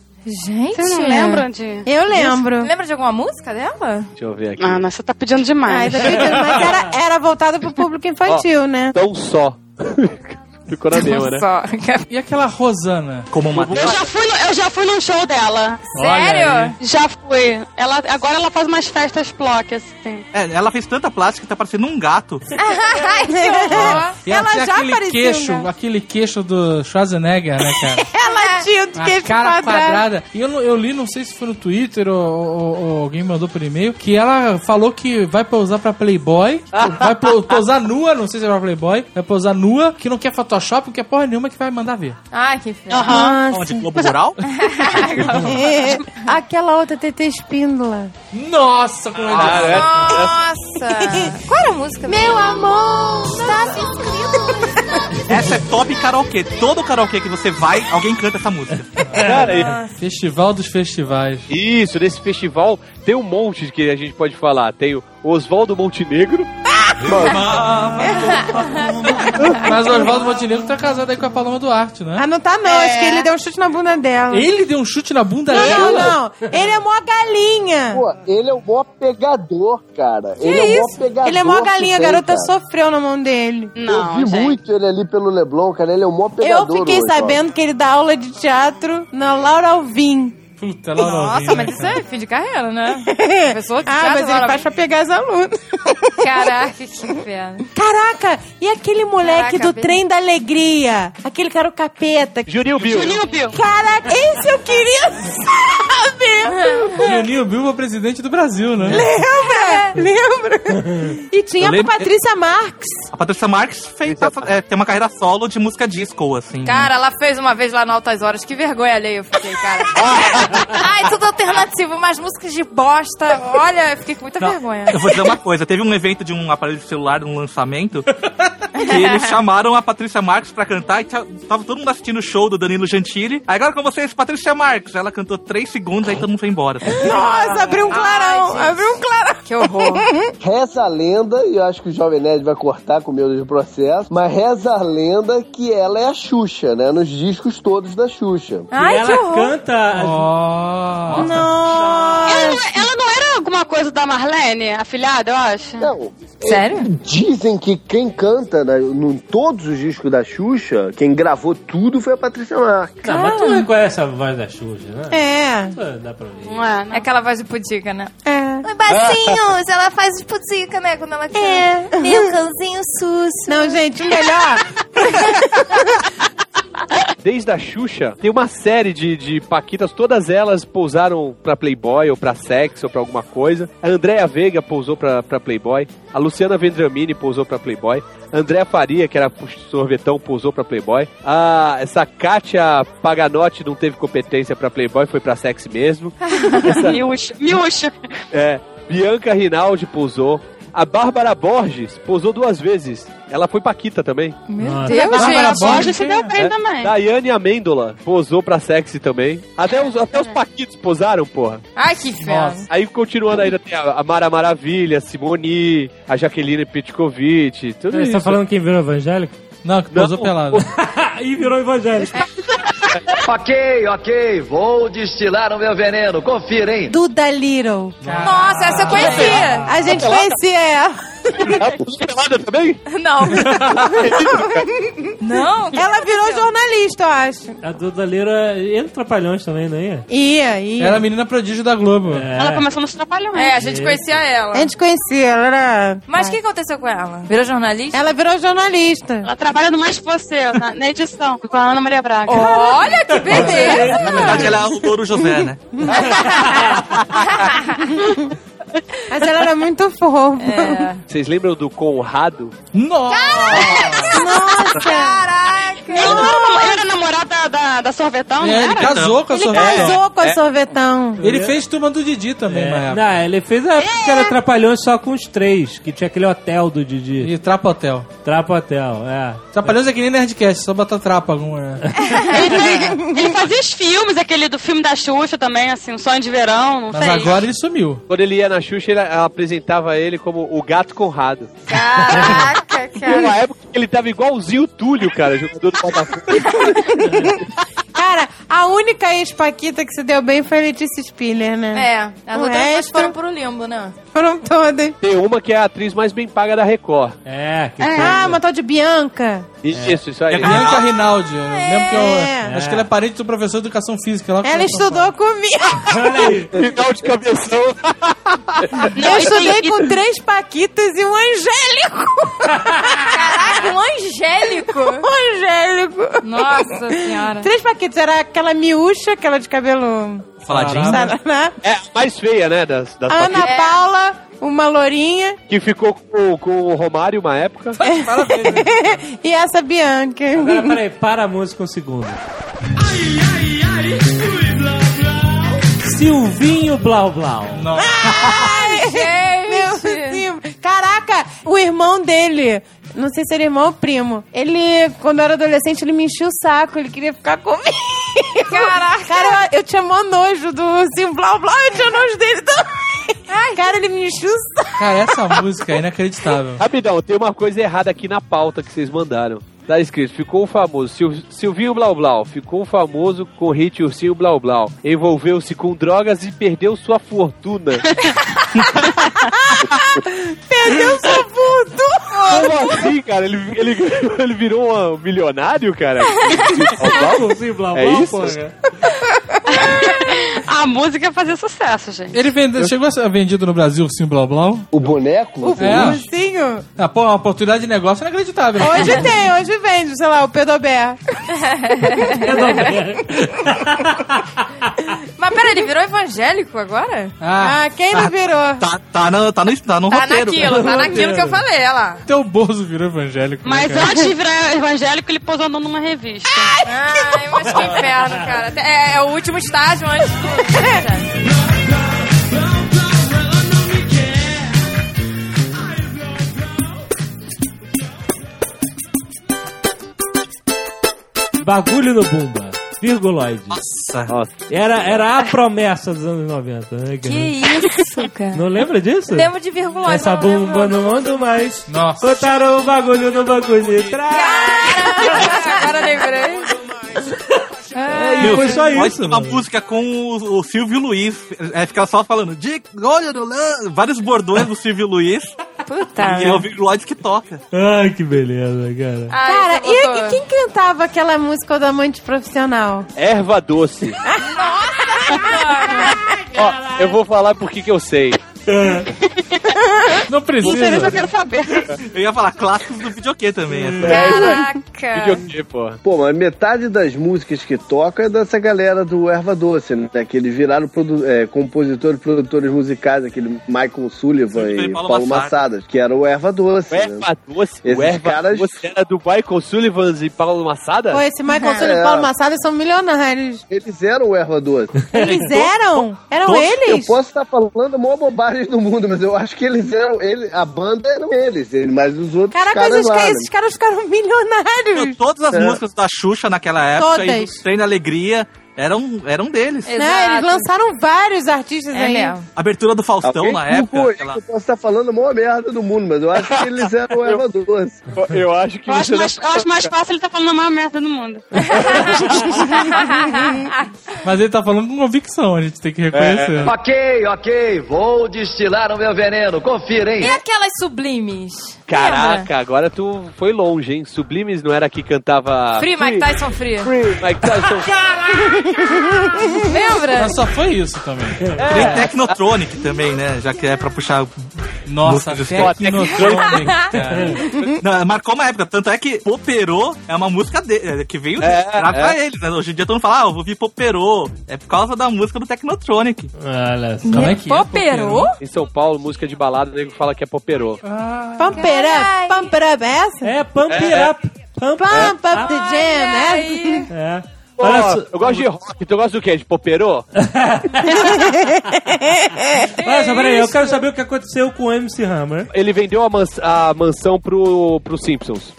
G: Gente.
C: Vocês não lembram de...
L: Eu lembro.
G: Lembra de alguma música dela?
F: Deixa eu ver aqui.
C: Ah, mas você tá pedindo
L: Ah,
C: demais.
L: ainda bem que- mas era, era voltado pro público infantil, né?
F: Tão só. Ficou na mesma, né?
G: Só.
M: E aquela Rosana?
E: Como uma
C: Eu já fui, no- eu já fui num show dela.
G: Sério?
C: Já fui. Ela, agora ela faz umas festas plock, assim.
E: É, ela fez tanta plástica que tá parecendo um gato.
G: Ai, que horror.
M: E ela,
L: Ela
M: tinha
L: já
M: aquele
L: apareceu,
M: queixo,
L: né?
M: aquele queixo do Schwarzenegger, né, cara?
L: Ela tinha o
M: A
L: queixo
M: cara
L: quadrado.
M: quadrada. E eu, não- eu li, não sei se foi no Twitter ou, ou- ou alguém mandou por e-mail, que ela falou que vai pousar pra Playboy, vai pou- pousar nua, não sei se é pra Playboy, vai pousar nua, que não quer Photoshop, não quer porra nenhuma, que vai mandar ver.
G: Ai, que feio.
C: Aham.
E: Onde? Globo Rural?
L: É, aquela outra TT Espíndola.
M: Nossa, como é
F: Ah, é?
G: Nossa. Qual era a música? Meu amor.
E: Essa é top karaokê. Todo karaokê que você vai, alguém canta essa música.
F: Cara, e-
M: Festival dos festivais.
F: Isso, nesse festival tem um monte que a gente pode falar. Tem o Oswaldo Montenegro.
M: Mas o Oswaldo Montenegro tá casado aí com a Paloma Duarte, né?
L: Ah, não tá não.
D: É.
L: Acho que ele deu um chute na bunda dela.
M: Ele deu um chute na bunda
L: Não, não,
M: dela?
L: não. Ele é mó galinha.
D: Pô, ele é o maior pegador, cara. ele é o maior pegador.
L: Ele é mó
D: que
L: galinha. A
D: tem,
L: garota
D: cara.
L: sofreu na mão dele.
D: Eu
C: Não,
D: vi
C: gente.
D: muito ele ali pelo Leblon, cara. Ele é o maior
L: Eu
D: pegador.
L: fiquei
D: hoje,
L: sabendo que ele dá aula de teatro na Laura Alvim.
M: Puta, ela não
G: Nossa,
M: viu, né,
G: mas isso
M: cara?
G: é fim de carreira, né? Pessoa que
L: ah,
G: teatro,
L: mas ele
G: Laura
L: faz pra pegar as alunas.
G: Caraca, que inferno.
L: Caraca, e aquele moleque
G: Caraca,
L: do
G: bem-
L: trem da alegria? Aquele cara o capeta.
F: Juninho Bill.
C: Juninho Bill.
L: Caraca, esse eu queria saber.
M: Juninho Bilbo é presidente do Brasil, né?
L: Lembra? E tinha
E: Eu lembro-
L: a Patrícia Marx.
E: A Patrícia Marques fez, é, tem uma carreira solo de música disco, assim.
G: Cara, ela fez uma vez lá no Altas Horas. Que vergonha alheia eu fiquei, cara. Ai, tudo alternativo, mas músicas de bosta. Olha, eu fiquei com muita
E: Não,
G: vergonha. né?
E: Eu vou dizer uma coisa, teve um evento de um aparelho de celular, um lançamento, que eles chamaram a Patrícia Marques pra cantar e tava tava todo mundo assistindo o show do Danilo Gentili. Aí agora com vocês, Patrícia Marques. Ela cantou três segundos, aí todo mundo foi embora.
L: Nossa, abriu um clarão.
G: Ai, gente.
L: abriu um clarão.
G: Que horror.
D: Cara. Reza a lenda, e eu acho que o Jovem Nerd vai cortar com medo do processo, mas reza a lenda que ela é a Xuxa, né? Nos discos todos da Xuxa.
L: Ah.
B: e
G: Ai, que
B: ela ah,
G: horror.
B: canta. as-
M: Ó.
C: Ela, não- ela não era alguma coisa da Marlene, a filhada, eu acho?
D: Não. Dizem que quem canta né, em todos os discos da Xuxa, quem gravou tudo foi a Patrícia Marques.
B: Não, tá, mas tu reconhece a voz da Xuxa, né?
G: É.
B: Isso Dá pra ver.
G: É,
C: né?
G: aquela voz de pudica, né?
L: É.
G: Oi,
B: bacinhos!
G: ela faz de pudica, né? Quando ela
J: É. Meu cãozinho
G: sus.
L: Não, gente, o melhor.
F: Desde a Xuxa, tem uma série de, de paquitas, todas elas pousaram pra Playboy ou pra Sex ou pra alguma coisa. A Andréa Veiga pousou pra, pra Playboy, a Luciana Vendramini pousou pra Playboy, a Andréa Faria, que era sorvetão, pousou pra Playboy, a, essa Kátia Paganotti não teve competência pra Playboy, foi pra Sex mesmo.
C: Miúcha, miúcha.
F: É, Bianca Rinaldi pousou. A Bárbara Borges pousou duas vezes. Ela foi Paquita também.
C: Meu
M: Ah, tá
C: Deus, a Bárbara gente. Borges se deu bem também.
F: Daiane Amêndola posou pra sexy também. Até os, até os Paquitos posaram, porra.
G: Ai, que ferro.
F: Aí continuando ainda tem a a Mara Maravilha, a Simoni, a Jaqueline Petkovic, tudo
B: Você
F: isso.
B: tá falando quem virou evangélico?
M: Não, que
F: posou
M: pelado.
B: e virou evangélico.
K: ok, ok, vou destilar o meu veneno, confira, hein?
L: Duda Little.
G: Nossa, essa eu conhecia.
L: A gente conhecia ela.
F: pelada Ah, também?
G: Não. Não?
L: Ela virou jornalista, eu acho.
B: A Duda Leira entra é trapalhões também, não é?
L: Ia, ia.
M: Era a menina prodígio da Globo.
E: É.
C: Ela começou nos trabalhos.
G: É, a gente conhecia ela.
L: A gente conhecia, ela era...
G: Mas o que aconteceu com ela? Virou jornalista?
L: Ela virou jornalista.
C: Ela trabalha no Mais Que Você, na, na edição, com a Ana Maria
G: É.
C: Braga.
G: Olha que beleza!
E: Na verdade, ela é o Louro José, né?
L: Mas ela era muito fofa.
G: É.
F: Vocês lembram do Conrado?
L: Nossa!
C: Ele não era, namo- era namorada da, da Sorvetão,
M: É,
C: não
M: ele
H: então.
C: era?
M: casou com a
L: Ele
M: sorvetão.
L: casou com a
M: É.
L: sorvetão.
M: Ele fez turma do Didi também, na
B: É.
M: época.
B: Não, ele fez a época que era Trapalhões só com os três, que tinha aquele hotel do Didi.
M: E Trapa Hotel.
B: Trapa Hotel, é.
M: Trapalhões é que nem Nerdcast, só botar trapa. Com, é.
C: Ele, ele fazia os filmes, aquele do filme da Xuxa também, assim, um sonho de verão, não
F: Mas
L: É.
C: sei.
F: agora
M: ele sumiu.
F: Quando ele ia na Xuxa, ele- ela apresentava ele como o Gato Conrado.
G: Caraca,
F: Era uma época que ele tava igualzinho o Túlio, cara, jogador do Botafogo.
L: Cara, a única ex-paquita que se deu bem foi a Letícia Spiller, né?
G: É, as
L: O
G: outras
L: resto-
G: foram pro limbo, né?
L: Foram todas.
F: Tem uma que é a atriz mais bem paga da Record.
B: É, que
L: Ah, uma tal de Bianca.
F: Isso, isso aí.
M: É Bianca Rinaldi. Eu lembro que eu,
L: Ah, É.
M: Acho que ela é parente do professor de educação física. Lá
L: Ela estudou comigo.
F: Final de cabeção.
L: Eu estudei com três paquitas e um angélico.
G: Caraca, um angélico!
L: Um angélico.
G: Nossa senhora.
L: Três paquitas. Era aquela miúcha, aquela de cabelo...
F: Faladinho.
L: Sabe, né?
F: É a mais feia, né? Das, das
L: Ana
F: paquitas.
L: Paula, uma lourinha.
F: Que ficou com, com o Romário uma época.
L: É. e essa Bianca.
B: Agora, peraí, para a música um segundo. Silvinho Blau Blau.
L: Ai,
G: gente!
L: Meu, sim. Caraca, o irmão dele. Não sei se era irmão ou primo. Ele, quando eu era adolescente, ele me enchia o saco. Ele queria ficar comigo.
G: Caraca.
L: Cara, eu, eu tinha mó nojo do assim, blá blá. Eu tinha nojo dele também. Cara, ele me enchia o saco.
M: Cara, essa música é inacreditável.
F: Rapidão, tem uma coisa errada aqui na pauta que vocês mandaram. Tá escrito, ficou famoso. Sil- Silvinho Blau Blau ficou um famoso com o hit Ursinho Blau Blau. Envolveu-se com drogas e perdeu sua fortuna.
L: Perdeu sua puto.
F: Como assim, cara? Ele, ele, ele virou um milionário, cara?
B: Silvinho Blau
F: É
B: Blau,
F: isso?
B: porra.
C: A música fazia sucesso, gente.
M: Ele vendeu, chegou a
E: é
M: ser vendido no Brasil, sim, Blau Blau?
D: O boneco?
M: É.
L: Ursinho.
M: Ah, pô, uma oportunidade de negócio é inacreditável.
L: Hoje tem, hoje vende, sei lá, o Pedobé.
B: É,
G: Mas pera, ele virou evangélico agora?
M: Ah.
L: Ah, quem não virou?
E: Tá, tá, no, tá, no, tá no
G: Tá
E: roteiro.
G: naquilo, tá naquilo que eu falei, olha lá.
M: Até o Bozo virou evangélico. né,
C: Mas
M: cara?
C: antes de virar evangélico, ele posou numa revista.
G: Ai, mas que inferno, cara. É, é o último estágio antes do...
B: Bagulho no Bumba. Virguloide.
E: Nossa.
B: Era, era a promessa dos anos 90, né? cara?
G: Que isso, cara.
B: Não lembra disso?
G: Lembro um de um, então, virgulose.
B: Essa
G: mas não lembro.
B: bomba não ando mais.
M: Nossa.
B: Botaram o bagulho no bagulho de trás.
G: Agora lembrei.
B: É Meu, foi só
E: pode
B: isso,
E: ter Uma
B: mano.
E: música com o, o Silvio Luiz. É ficar só falando, de olha no lan-" vários bordões do Silvio Luiz.
G: Puta.
E: E é o Vigo Lloyd que toca.
B: Ai, que beleza, cara.
L: Cara,
G: você Ah, botou.
L: e, e quem cantava aquela música do amante profissional?
F: Erva doce. Ó, eu vou falar por que que eu sei.
H: Não precisa.
C: Interessa, eu quero saber.
E: Eu ia falar clássicos do videokê também. assim.
L: É.
G: Caraca.
F: pô.
D: mas metade das músicas que tocam é dessa galera do Erva Doce, né? Que eles viraram produ- é, compositores, produtores musicais, aquele Michael Sullivan e Paulo,
F: Paulo
D: Massadas, que era o Erva Doce. né?
F: O Erva Doce,
D: Esses
F: o Erva
D: caras-
F: Doce era do Michael Sullivan e Paulo Massada?
L: Pô, esse Michael
D: É.
L: Sullivan e Paulo Massada são milionários.
D: Eles eram o Erva Doce.
L: Eles eram? Eram
D: Tô- Eu
L: eles?
D: posso estar falando a maior bobagem do mundo, mas eu acho que eles eram. Ele, a banda eram eles, ele, mas os outros
L: Caraca,
D: caras.
L: esses,
D: lá,
L: ca-
D: né?
L: esses caras ficaram milionários.
E: Todas as
D: É.
E: músicas da Xuxa naquela época, e
L: Todas.
E: do Trem da Alegria, eram, eram deles.
L: Né? Eles lançaram vários artistas
G: É
L: aí.
G: mesmo.
E: Abertura do Faustão
D: Alguém
E: na
D: que né?
E: época.
D: culpou,
E: aquela-
D: Eu posso estar falando a maior merda do mundo, mas eu acho que eles eram o Erva Doce.
F: Eu acho que
C: Eu acho, mais, eu acho mais fácil ele tá falando a maior merda do mundo.
H: Mas ele tá falando com convicção, a gente tem que reconhecer.
D: É,
K: Ok, ok, vou destilar o meu veneno, confira, hein?
G: E aquelas sublimes?
F: Caraca, agora tu foi longe, hein? Sublimes não era que cantava...
G: Lembra? Free Mike Tyson Free.
F: Mike Tyson.
G: Lembra?
H: Mas só foi isso também.
B: É.
D: É.
E: Tem Technotronic também, né? Já que é pra puxar.
H: Nossa,
E: música de
H: Technotronic, cara.
E: Não, marcou uma época, tanto é que Poperô é uma música de, é, que veio
F: É,
E: pra, pra
F: é.
E: eles, né? Hoje em dia todo mundo fala, ah, eu vou vir Poperô. É por causa da música do Technotronic.
H: Olha, como é que é?
G: Poperô?
F: Em São Paulo, música de balada, o nego fala que é poperô.
L: Pump it up, pump it up, é essa?
B: É, pump it
F: É.
B: up. Pump
L: Pump up the jam, né?
G: Aí.
B: É.
F: Pô,
B: Olha só-
F: eu gosto de rock, tu gosta do quê? De poperô?
B: Olha só, peraí, eu quero saber o que aconteceu com o MC Hammer.
F: Ele vendeu a, mans- a mansão pro, pro Simpsons.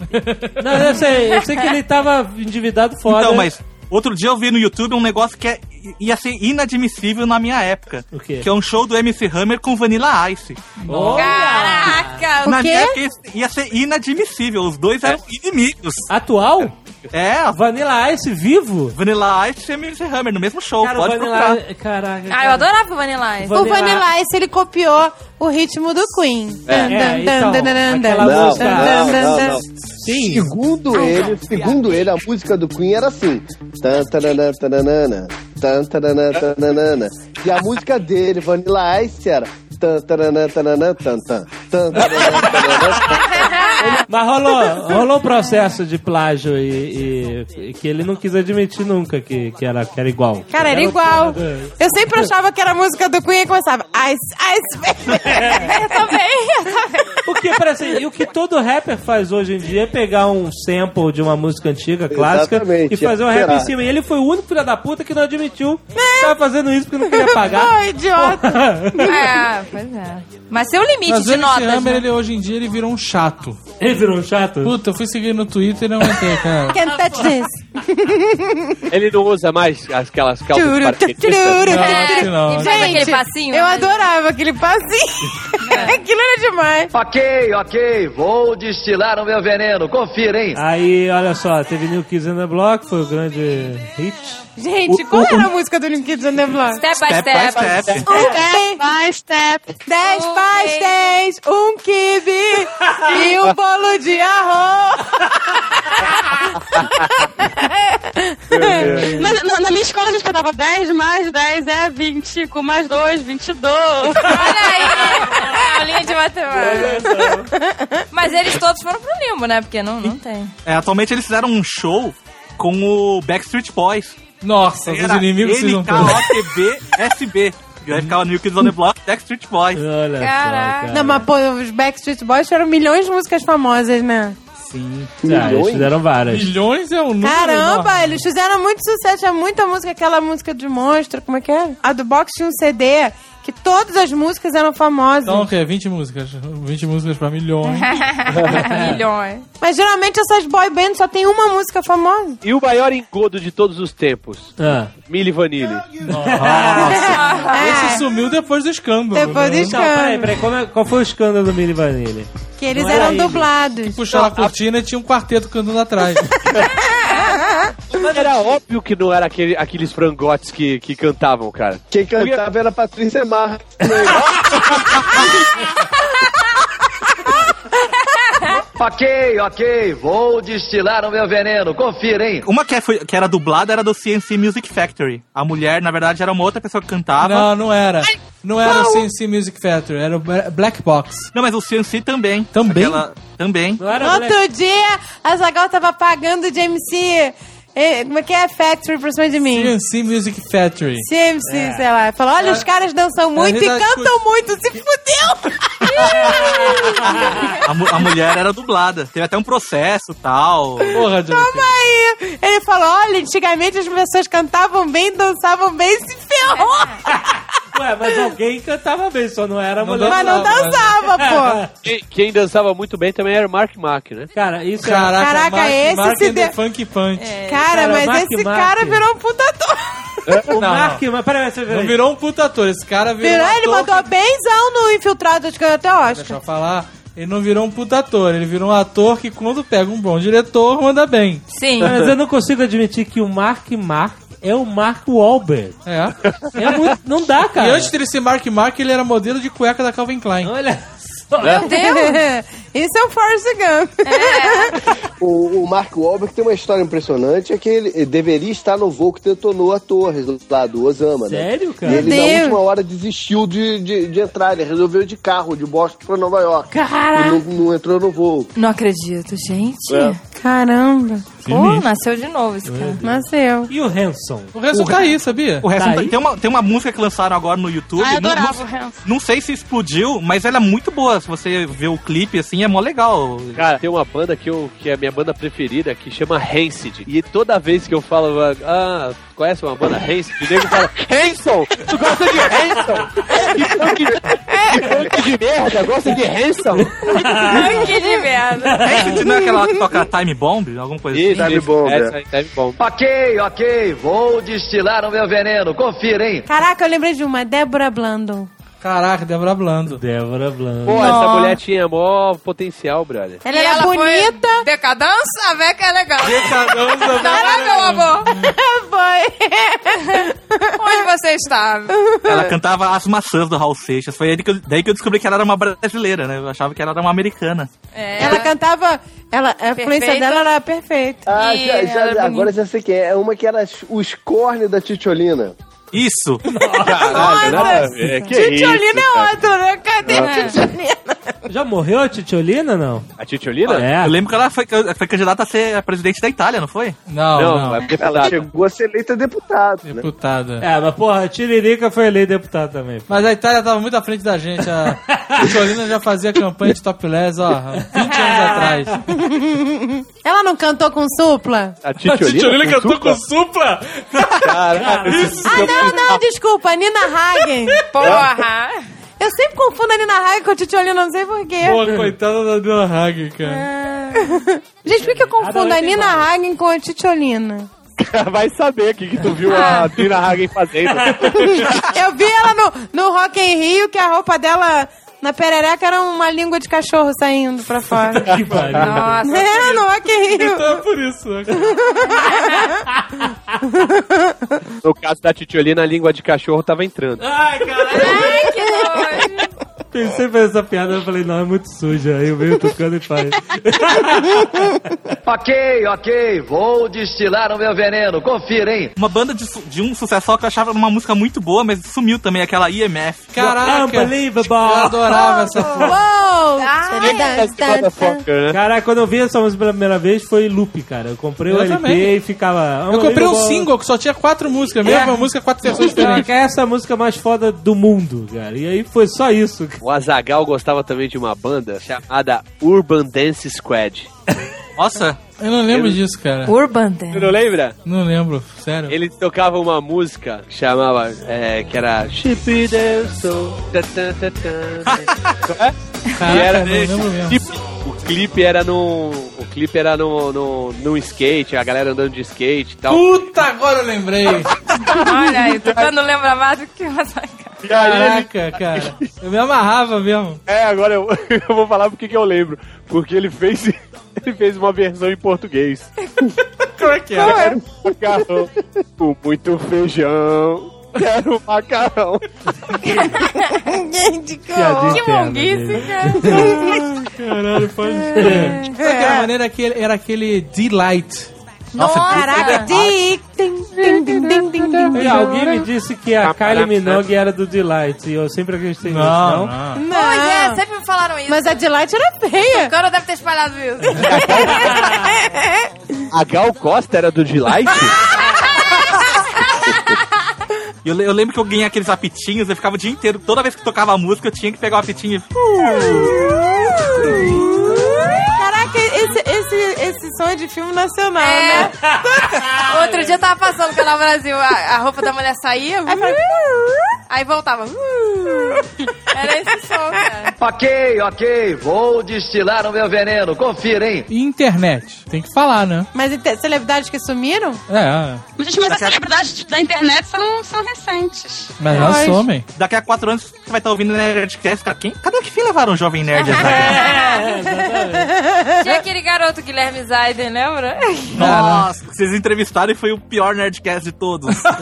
B: Não, eu sei, eu sei que ele tava endividado foda.
E: Então, mas outro dia eu vi no YouTube um negócio que é, ia ser inadmissível na minha época.
B: O quê?
E: Que é um show do MC Hammer com Vanilla Ice.
G: Caraca.
E: na
L: quê?
E: minha época isso ia ser inadmissível. Os dois eram
H: É.
E: inimigos.
B: Atual?
E: É, a
B: Vanilla Ice vivo?
E: Vanilla Ice e MC Hammer no mesmo show.
B: Cara, o
E: Pode
B: Vanilla
E: procurar.
B: Ice. Caraca.
G: Ah,
B: cara.
G: eu adorava o Vanilla Ice.
L: O Vanilla Ice, ele copiou o ritmo do Queen.
B: É, então, aquela
D: Não,
B: música.
D: não, não, não.
B: Sim.
D: Segundo
B: Ah,
D: ele,
B: tá.
D: segundo ele, a música do Queen era assim. Tan, taranã, taranana, tan, taranã, taranana. E a música dele, Vanilla Ice, era. Tan, taranã, taranã, tan, tan, tan, taranã, taranã, tan.
B: Mas rolou, rolou um processo de plágio e, e- e que ele não quis admitir nunca que, que, era, que era igual.
L: Cara, era igual. Eu sempre achava que era a música do Queen e começava Ice, Ice Baby.
G: Eu também.
B: O que parece, assim, e o que todo rapper faz hoje em dia é pegar um sample de uma música antiga, clássica,
D: Exatamente,
B: e fazer um
D: é,
B: rap
D: será?
B: em cima. E ele foi o único filho da puta que não admitiu que tava fazendo isso porque não queria pagar.
L: Ai, idiota.
G: É, pois é. Mas tem um limite
H: Mas o
G: de
H: MC
G: notas.
H: Hammer,
G: né?
H: ele, hoje em dia, ele virou um chato.
B: Ele virou um chato?
H: Puta, eu fui seguir no Twitter e não entrei, cara.
L: Can't touch this.
F: Ele não usa mais aquelas calças
L: Turu, tu,
F: paraquedistas.
L: turu.
H: Não, acho que não.
G: E faz É. aquele passinho.
L: Eu
G: né?
L: adorava aquele passinho.
G: É.
L: Aquilo era demais.
K: Ok, ok, vou destilar o meu veneno, confira, hein?
B: Aí, olha só, teve New Kids in the Block, foi o grande hit.
L: Gente, qual era a música do New Kids on the Block?
G: Step by
E: Step by
G: step.
E: step.
L: Um pi-
C: Vai, step.
L: dez
G: Um
L: pais,
G: pi-
L: dez, um quibe e um bolo de arroz.
C: Mas na, na minha escola a gente cantava 10 mais 10 é 20, com mais 2, 22.
G: Olha aí. A linha de matemática. Mas eles todos foram pro limbo, né? Porque não, não tem.
E: É, atualmente eles fizeram um show com o Backstreet Boys.
H: Nossa, os
E: Era
H: inimigos se juntaram.
E: NKOTB SB. E aí ficava New Kids on the Block, Backstreet Boys.
B: Olha só,
G: Caraca.
B: cara.
L: Não, mas pô, os Backstreet Boys tiveram milhões de músicas famosas, né?
H: Sim.
B: Ah, eles fizeram várias.
H: Milhões é um número
L: Caramba,
H: enorme.
L: eles fizeram muito sucesso, é muita música, aquela música de monstro, como é que é? A do Box tinha um CD que todas as músicas eram famosas.
H: Então, o quê? 20 músicas. 20 músicas pra milhões.
G: É. Milhões.
L: Mas geralmente essas boy bands só tem uma música famosa.
F: E o maior engodo de todos os tempos?
B: Ah.
F: Milli Vanilli.
L: É,
H: Esse sumiu depois do escândalo.
L: Depois do
H: né?
B: Então, peraí,
L: escândalo.
B: peraí, como é- qual foi o escândalo do Mini Vanille?
L: Que eles
B: Não era
L: eram
B: ele.
E: Então,
L: dublados.
H: Puxaram a cortina e tinha um quarteto cantando atrás.
F: Era óbvio que não era aquele- aqueles frangotes que, que cantavam, cara.
D: Quem cantava era Patrícia Marques.
K: Ok, ok, vou destilar o meu veneno, confira, hein?
E: Uma que, foi- que era dublada era do CNC Music Factory. A mulher, na verdade, era uma outra pessoa que cantava.
H: Não, não era. Não era o
E: Não.
H: CNC Music Factory, era o Bla- Black Box.
E: Não, mas o CNC também.
H: Também?
E: Aquela- também.
L: No outro dia, a Zagal tava pagando de MC. eh, Como é que é? Factory por cima de mim.
H: CNC Music Factory.
L: CMC, sei lá. Falou, olha, os caras dançam muito e
H: gente tá
L: cantam muito, se fudeu!
E: A, mu- a mulher era dublada. Teve até um processo e tal.
H: Porra,
L: Toma aí! Ele falou, olha, antigamente as pessoas cantavam bem, dançavam bem, se ferrou!
B: Ué, mas alguém cantava bem, só não era mulher.
L: Mas não
H: né?
L: dançava, pô!
F: Quem, quem dançava muito bem também era o Mark Mark, né?
B: Cara, isso
F: é...
H: Caraca,
L: Caraca,
H: Mark,
L: esse
H: Mark
L: se
H: and the
L: deu-
H: Funk Punch.
L: Cara, mas
H: Mark
L: esse
H: Mark.
L: cara virou um puta ator.
H: Não, não.
B: mas peraí, peraí.
H: Não virou um puta ator, esse cara virou.
L: Virou,
H: um
L: ele
H: ator
L: mandou benzão no infiltrado, acho que ganhou até
H: Deixa
L: Oscar.
H: eu falar. Ele não virou um puta ator, ele virou um ator que quando pega um bom diretor, manda bem.
G: Sim.
B: Mas eu não consigo admitir que o Mark Mark é o Mark Wahlberg.
H: É.
B: É muito- não dá, cara.
H: E antes dele ser Mark Mark, ele era modelo de cueca da Calvin Klein.
B: Olha
L: Meu Deus! Isso é um Forrest Gump.
D: O, o Mark Wahlberg tem uma história impressionante, é que ele, ele deveria estar no voo que detonou a torre lá do Osama, né?
B: Sério, cara?
D: E ele
B: Meu
D: na
B: Deus.
D: última hora desistiu de, de, de entrar, ele resolveu ir de carro, de Boston pra Nova York.
G: Caraca!
D: E não, não entrou no voo.
G: Não acredito, gente.
D: É.
L: Caramba. Assim,
G: Pô, nasceu de novo esse cara.
L: Nasceu.
B: E o Hanson?
H: O Hanson tá aí, sabia?
E: O resto
B: Tá
E: tá-
B: aí?
E: tem, uma, tem uma música que lançaram agora no YouTube.
C: Ah, eu
E: Não-
C: adorava
E: não,
C: o Hanson.
E: não sei se explodiu, mas ela é muito boa. Se você ver o clipe, assim, é mó legal.
F: Cara, tem uma banda que, eu, que é a minha banda preferida, que chama Rancid. E toda vez que eu falo, ah, conhece uma banda Rancid? O nego fala, Hanson! Tu gosta de Hanson? Que funk, que funk de merda, gosta de Hanson?
G: que de merda.
E: Rancid não é aquela que toca Time Bomb? Alguma coisa assim.
F: Isso, Time Bomb,
E: Essa
F: é.
E: aí,
F: Time Bomb.
K: Ok, ok, vou destilar o meu veneno, confira, hein?
L: Caraca, eu lembrei de uma, Débora Blandon.
H: Caraca, Débora Blando.
B: Débora Blando.
F: Pô, essa
L: Não.
F: mulher tinha mó potencial, brother.
L: Ela era bonita.
G: Decadança? A Veca é legal.
F: Decadança,
G: Não, não, meu amor.
L: Foi.
G: Onde você está?
E: Ela cantava As Maçãs do Raul Seixas. Foi aí que eu- daí que eu descobri que ela era uma brasileira, né? Eu achava que ela era uma americana.
G: É.
L: Ela cantava. Ela, a influência
G: Perfeita.
L: dela era perfeita.
D: Ah, já, já- agora já sei quem é. É uma que era os cornes da Titiolina.
E: Isso!
D: Caralho,
L: nada a
D: ver.
L: Titiolina é outra, né? Cadê
D: É.
L: a Titiolina?
B: Já morreu a Titiolina, não?
F: A Titiolina?
B: É.
E: Eu lembro que ela foi, foi candidata a ser a presidente da Itália, não foi?
H: Não,
F: Não,
H: não.
F: é porque-
D: Ela chegou a ser eleita deputada. né?
H: Deputada.
B: É, mas porra, a Tiririca foi eleita deputada também. pô.
H: Mas a Itália tava muito à frente da gente. A Titiolina já fazia campanha de topless, ó, há 20 anos atrás.
L: Ela não cantou com supla?
F: A é Titiolina cantou com
B: supla?
F: Caralho, isso
L: Ah, não, não, desculpa, Nina Hagen.
G: Porra.
L: Eu sempre confundo a Nina Hagen com a Titiolina, não sei porquê.
H: Pô, coitada da Dona Hagen, cara.
L: Gente, por que eu confundo
B: Cada
L: a
B: um tem
L: Nina Hagen com a Titiolina?
F: Vai saber o que, que tu viu a Tina Hagen fazendo.
L: Eu vi ela no, no Rock em Rio, que a roupa dela na perereca era uma língua de cachorro saindo pra fora.
B: Que pariu.
G: Nossa.
L: É, no Rock in Rio.
H: Então é por isso, né?
F: No caso da Titiolina, a língua de cachorro tava entrando.
B: Ai, caralho.
G: Ai, que nojo.
B: Pensei pra essa piada, eu falei, não, é muito suja. Aí eu venho tocando e falei.
K: Ok, ok, vou destilar o meu veneno, confira, hein?
E: Uma banda de, su- de um sucesso só que eu achava uma música muito boa, mas sumiu também, aquela IMF.
H: Caraca. Eu
B: Unbelievable!
H: adorava essa porra.
L: Uou!
G: Ai,
L: Tan, tan, tan.
B: Cara, quando eu vi essa música pela primeira vez, foi loop, cara. Eu comprei
H: Eu
B: o LP
H: também.
B: e ficava... "Ah,
H: Eu comprei um
B: Unbelievable.
H: single que só tinha quatro músicas, mesmo
B: É.
H: uma música, quatro versões
B: Caraca,
H: diferentes.
B: Essa é a música mais foda do mundo, cara. E aí foi só isso. cara.
F: O Azagal gostava também de uma banda chamada Urban Dance Squad.
E: Nossa,
H: Eu não lembro disso, cara.
G: Urban Dance.
F: Tu não lembra?
H: Não lembro, sério.
F: Ele tocava uma música que chamava. É, que era. Chip Delso. E
H: Caraca,
F: era
H: não lembro mesmo.
F: clipe- Tipo, O clipe era no. O clipe era no, no, no skate, a galera andando de skate e tal.
H: Puta, agora eu lembrei.
G: Olha aí, tentando lembrar mais do que uma
F: E aí ele-
H: Caraca, cara. Eu me amarrava mesmo.
F: É, agora eu, eu vou falar porque que eu lembro. Porque ele fez. Ele fez uma versão em português.
M: Como é que
F: Quero um macarrão com muito feijão. Quero um macarrão.
J: Gente,
M: Piada
J: que
M: interna,
J: monguice,
M: gente.
J: cara.
M: Caralho, pode ser. De qualquer
B: É.
M: maneira, aquele, era aquele Delight.
L: Caraca, tic, tim, tim, tim, tim, tim, tim.
B: E alguém
G: né?
B: me disse que a Kylie Minogue era do Delight. E eu sempre acreditei nisso,
M: Não,
B: não?
M: não.
G: Não. Pois é, sempre me falaram isso.
L: Mas a Delight era feia.
G: O cara deve ter espalhado isso.
F: A Gal Costa era do Delight?
E: E Eu, le- eu lembro que eu ganhei aqueles apitinhos, eu ficava o dia inteiro, toda vez que tocava a música, eu tinha que pegar o apitinho e.
L: Caraca, esse, esse, esse som é de filme nacional,
G: É.
L: né?
G: Outro dia eu tava passando no Canal Brasil, a, a roupa da mulher saía.
L: "Hum,
G: Aí voltava. "Uh". Era esse som, cara.
K: Ok, ok, vou destilar o meu veneno, confira, hein?
M: E internet? Tem que falar, né?
L: Mas inte- celebridades que sumiram?
M: É,
C: Mas, gente, mas as celebridades da internet são, são recentes.
M: mas elas somem.
E: Daqui a quatro anos você vai estar ouvindo Nerdcast. Cara, quem? Cadê que fim levaram um jovem nerd atrás?
G: Tinha aquele garoto Guilherme Zaiden, lembra?
E: Nossa, vocês entrevistaram e foi o pior Nerdcast de todos.
G: Todo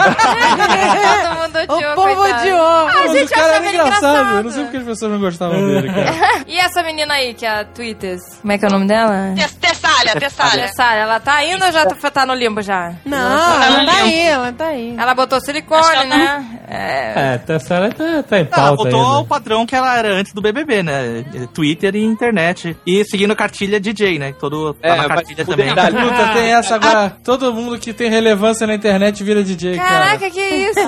G: mundo odiou,
L: O povo
G: coitado.
L: odiou.
G: Ah,
M: Mas o
G: gente, eu
M: cara
G: achava
M: era
G: ele
M: engraçado.
G: engraçado.
M: Eu não sei porque as pessoas não gostavam
B: É.
M: dele, cara.
G: E essa menina aí, que é a Twitters? Como é que é o nome dela?
C: Tessalha, Tessalha.
G: Tessália, ela tá indo ou já tá, tá no limbo já?
L: Não, ela tá aí, ela tá aí.
G: Ela botou silicone, né?
B: É, Tessara tá, tá em
E: Ela
B: pauta
E: voltou ao
B: ainda.
E: padrão que ela era antes do BBB, né? Twitter e internet. E seguindo a cartilha DJ, né? Todo, tá
F: É,
E: na
F: vai
E: cartilha
F: fuder,
E: também.
F: dá-lhe.
M: Puta, tem
G: Ah,
M: essa agora. Todo mundo que tem relevância na internet vira DJ, cara.
G: Caraca, que isso?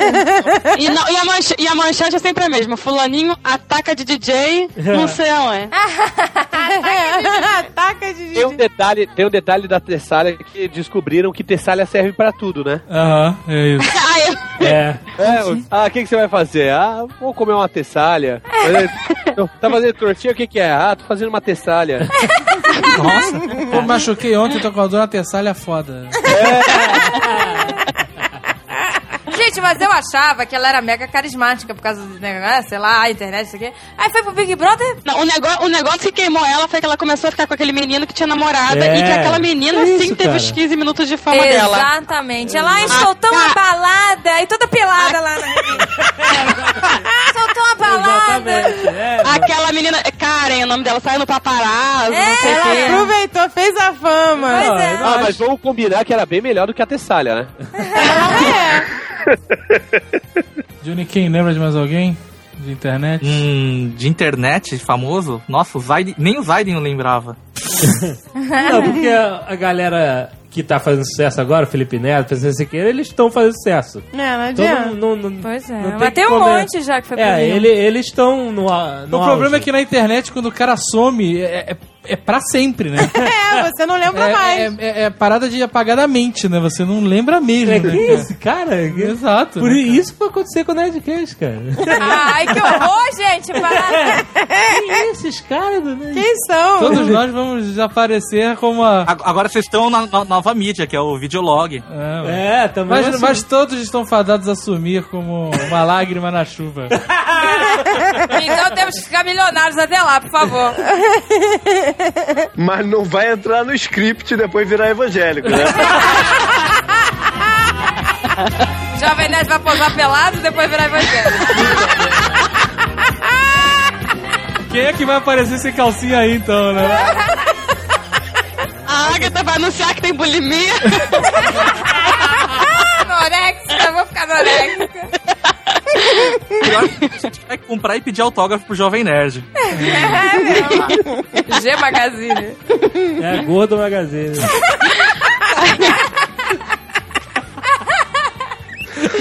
C: E, não- e a manche- e a manchete é sempre a mesma. Fulaninho ataca de DJ,
B: É.
C: não sei aonde.
L: Ataca de
F: Tem um detalhe, tem um detalhe da Tessália que descobriram que Tessália serve pra tudo, né?
M: Aham, é isso. É.
F: É, o- ah, o que, que você vai fazer? Ah, vou comer uma tessalha. Mas, eu- Tá fazendo tortinha, o que, que é? Ah, tô fazendo uma tessalha.
M: Eu machuquei ontem, tô com a dor na tessalha foda.
G: Gente, mas eu achava que ela era mega carismática por causa do negócio, sei lá, a internet, isso aqui. Aí foi pro Big Brother.
C: Não, o, negócio, o negócio que queimou ela foi que ela começou a ficar com aquele menino que tinha namorada
B: É.
C: e que aquela menina
B: Isso,
C: sim teve
B: cara.
C: os 15 minutos de fama dela.
G: Exatamente. Ela ai, soltou uma balada e toda pelada lá na Soltou uma balada.
B: Exatamente, é.
C: Aquela menina, Karen, o nome dela saiu no paparazzo,
G: É,
C: não sei o
L: Ela
C: quê.
L: aproveitou, fez a fama.
B: Não, É, eu não
F: Ah,
B: acho-
F: mas vamos combinar que era bem melhor do que a tessalha, né?
M: Johnny, quem lembra de mais alguém? De internet?
E: Hum, de internet, famoso. Nossa, o Zaiden, nem o Zaiden eu lembrava.
G: É.
B: Não, porque a galera que tá fazendo sucesso agora, o Felipe Neto, Priscila Siqueira, eles estão fazendo sucesso.
L: Não, não
B: Então,
L: adianta.
B: não, não- não-
G: Pois é.
B: não tem
G: mas
B: que
G: tem um
B: comer.
G: monte já que foi pro
B: É,
G: Rio.
B: ele, eles estão no,
M: O problema é que na internet, quando o cara some, é, é, é pra sempre, né?
L: É, você não lembra
M: É,
L: mais.
M: é, é- é parada de apagar da mente, né? Você não lembra mesmo.
B: É,
M: né,
B: que
M: cara?
B: isso, cara? é
M: Exato.
B: Por
M: né, cara?
B: isso vai acontecer com o Nerdcast, cara.
G: Ai, que horror, gente. Para...
B: Quem é esses caras né? do Nerd?
L: Quem são?
M: Todos nós vamos desaparecer como a.
E: Ag- Agora vocês estão na, na nova mídia, que é o Videolog.
M: É, ué.
B: É, também.
M: mas,
B: assim.
M: mas todos estão fadados a sumir como uma lágrima na chuva.
G: Então temos que ficar milionários até lá, por favor.
D: Mas não vai entrar no script e depois virar evangélico, né?
G: Jovem Nerd vai posar pelado e depois virar evangélico.
M: Quem é que vai aparecer sem calcinha aí então, né?
C: A Agatha vai anunciar que tem bulimia.
G: Anorexica, eu vou ficar anorexica.
E: Pior que a gente vai comprar e pedir autógrafo pro Jovem Nerd.
G: É, G Magazine.
B: É, Gordo Magazine.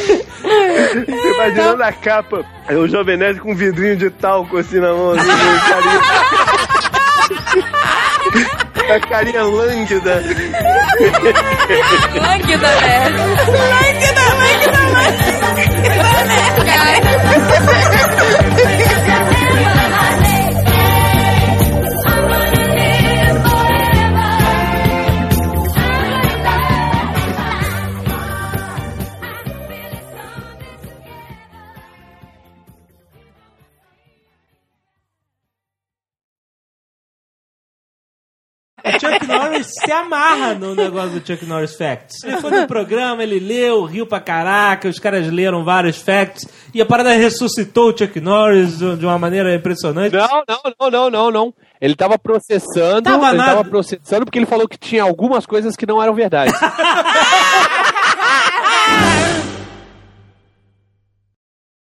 D: Você imaginando a capa, o Jovem Nerd com um vidrinho de talco assim na mão, assim, com a um carinha... a carinha lânguida.
G: Langue da Nerd. Langue da Langue da Langue da Nerd.
B: O É, Chuck Norris se amarra no negócio do Chuck Norris Facts. Ele foi no programa, ele leu, riu pra caraca, os caras leram vários facts e a parada ressuscitou o Chuck Norris de de uma maneira impressionante.
F: Não, não, não, não, não, não. Ele tava processando,
B: Tava
F: ele
B: nada.
F: tava processando porque ele falou que tinha algumas coisas que não eram verdade.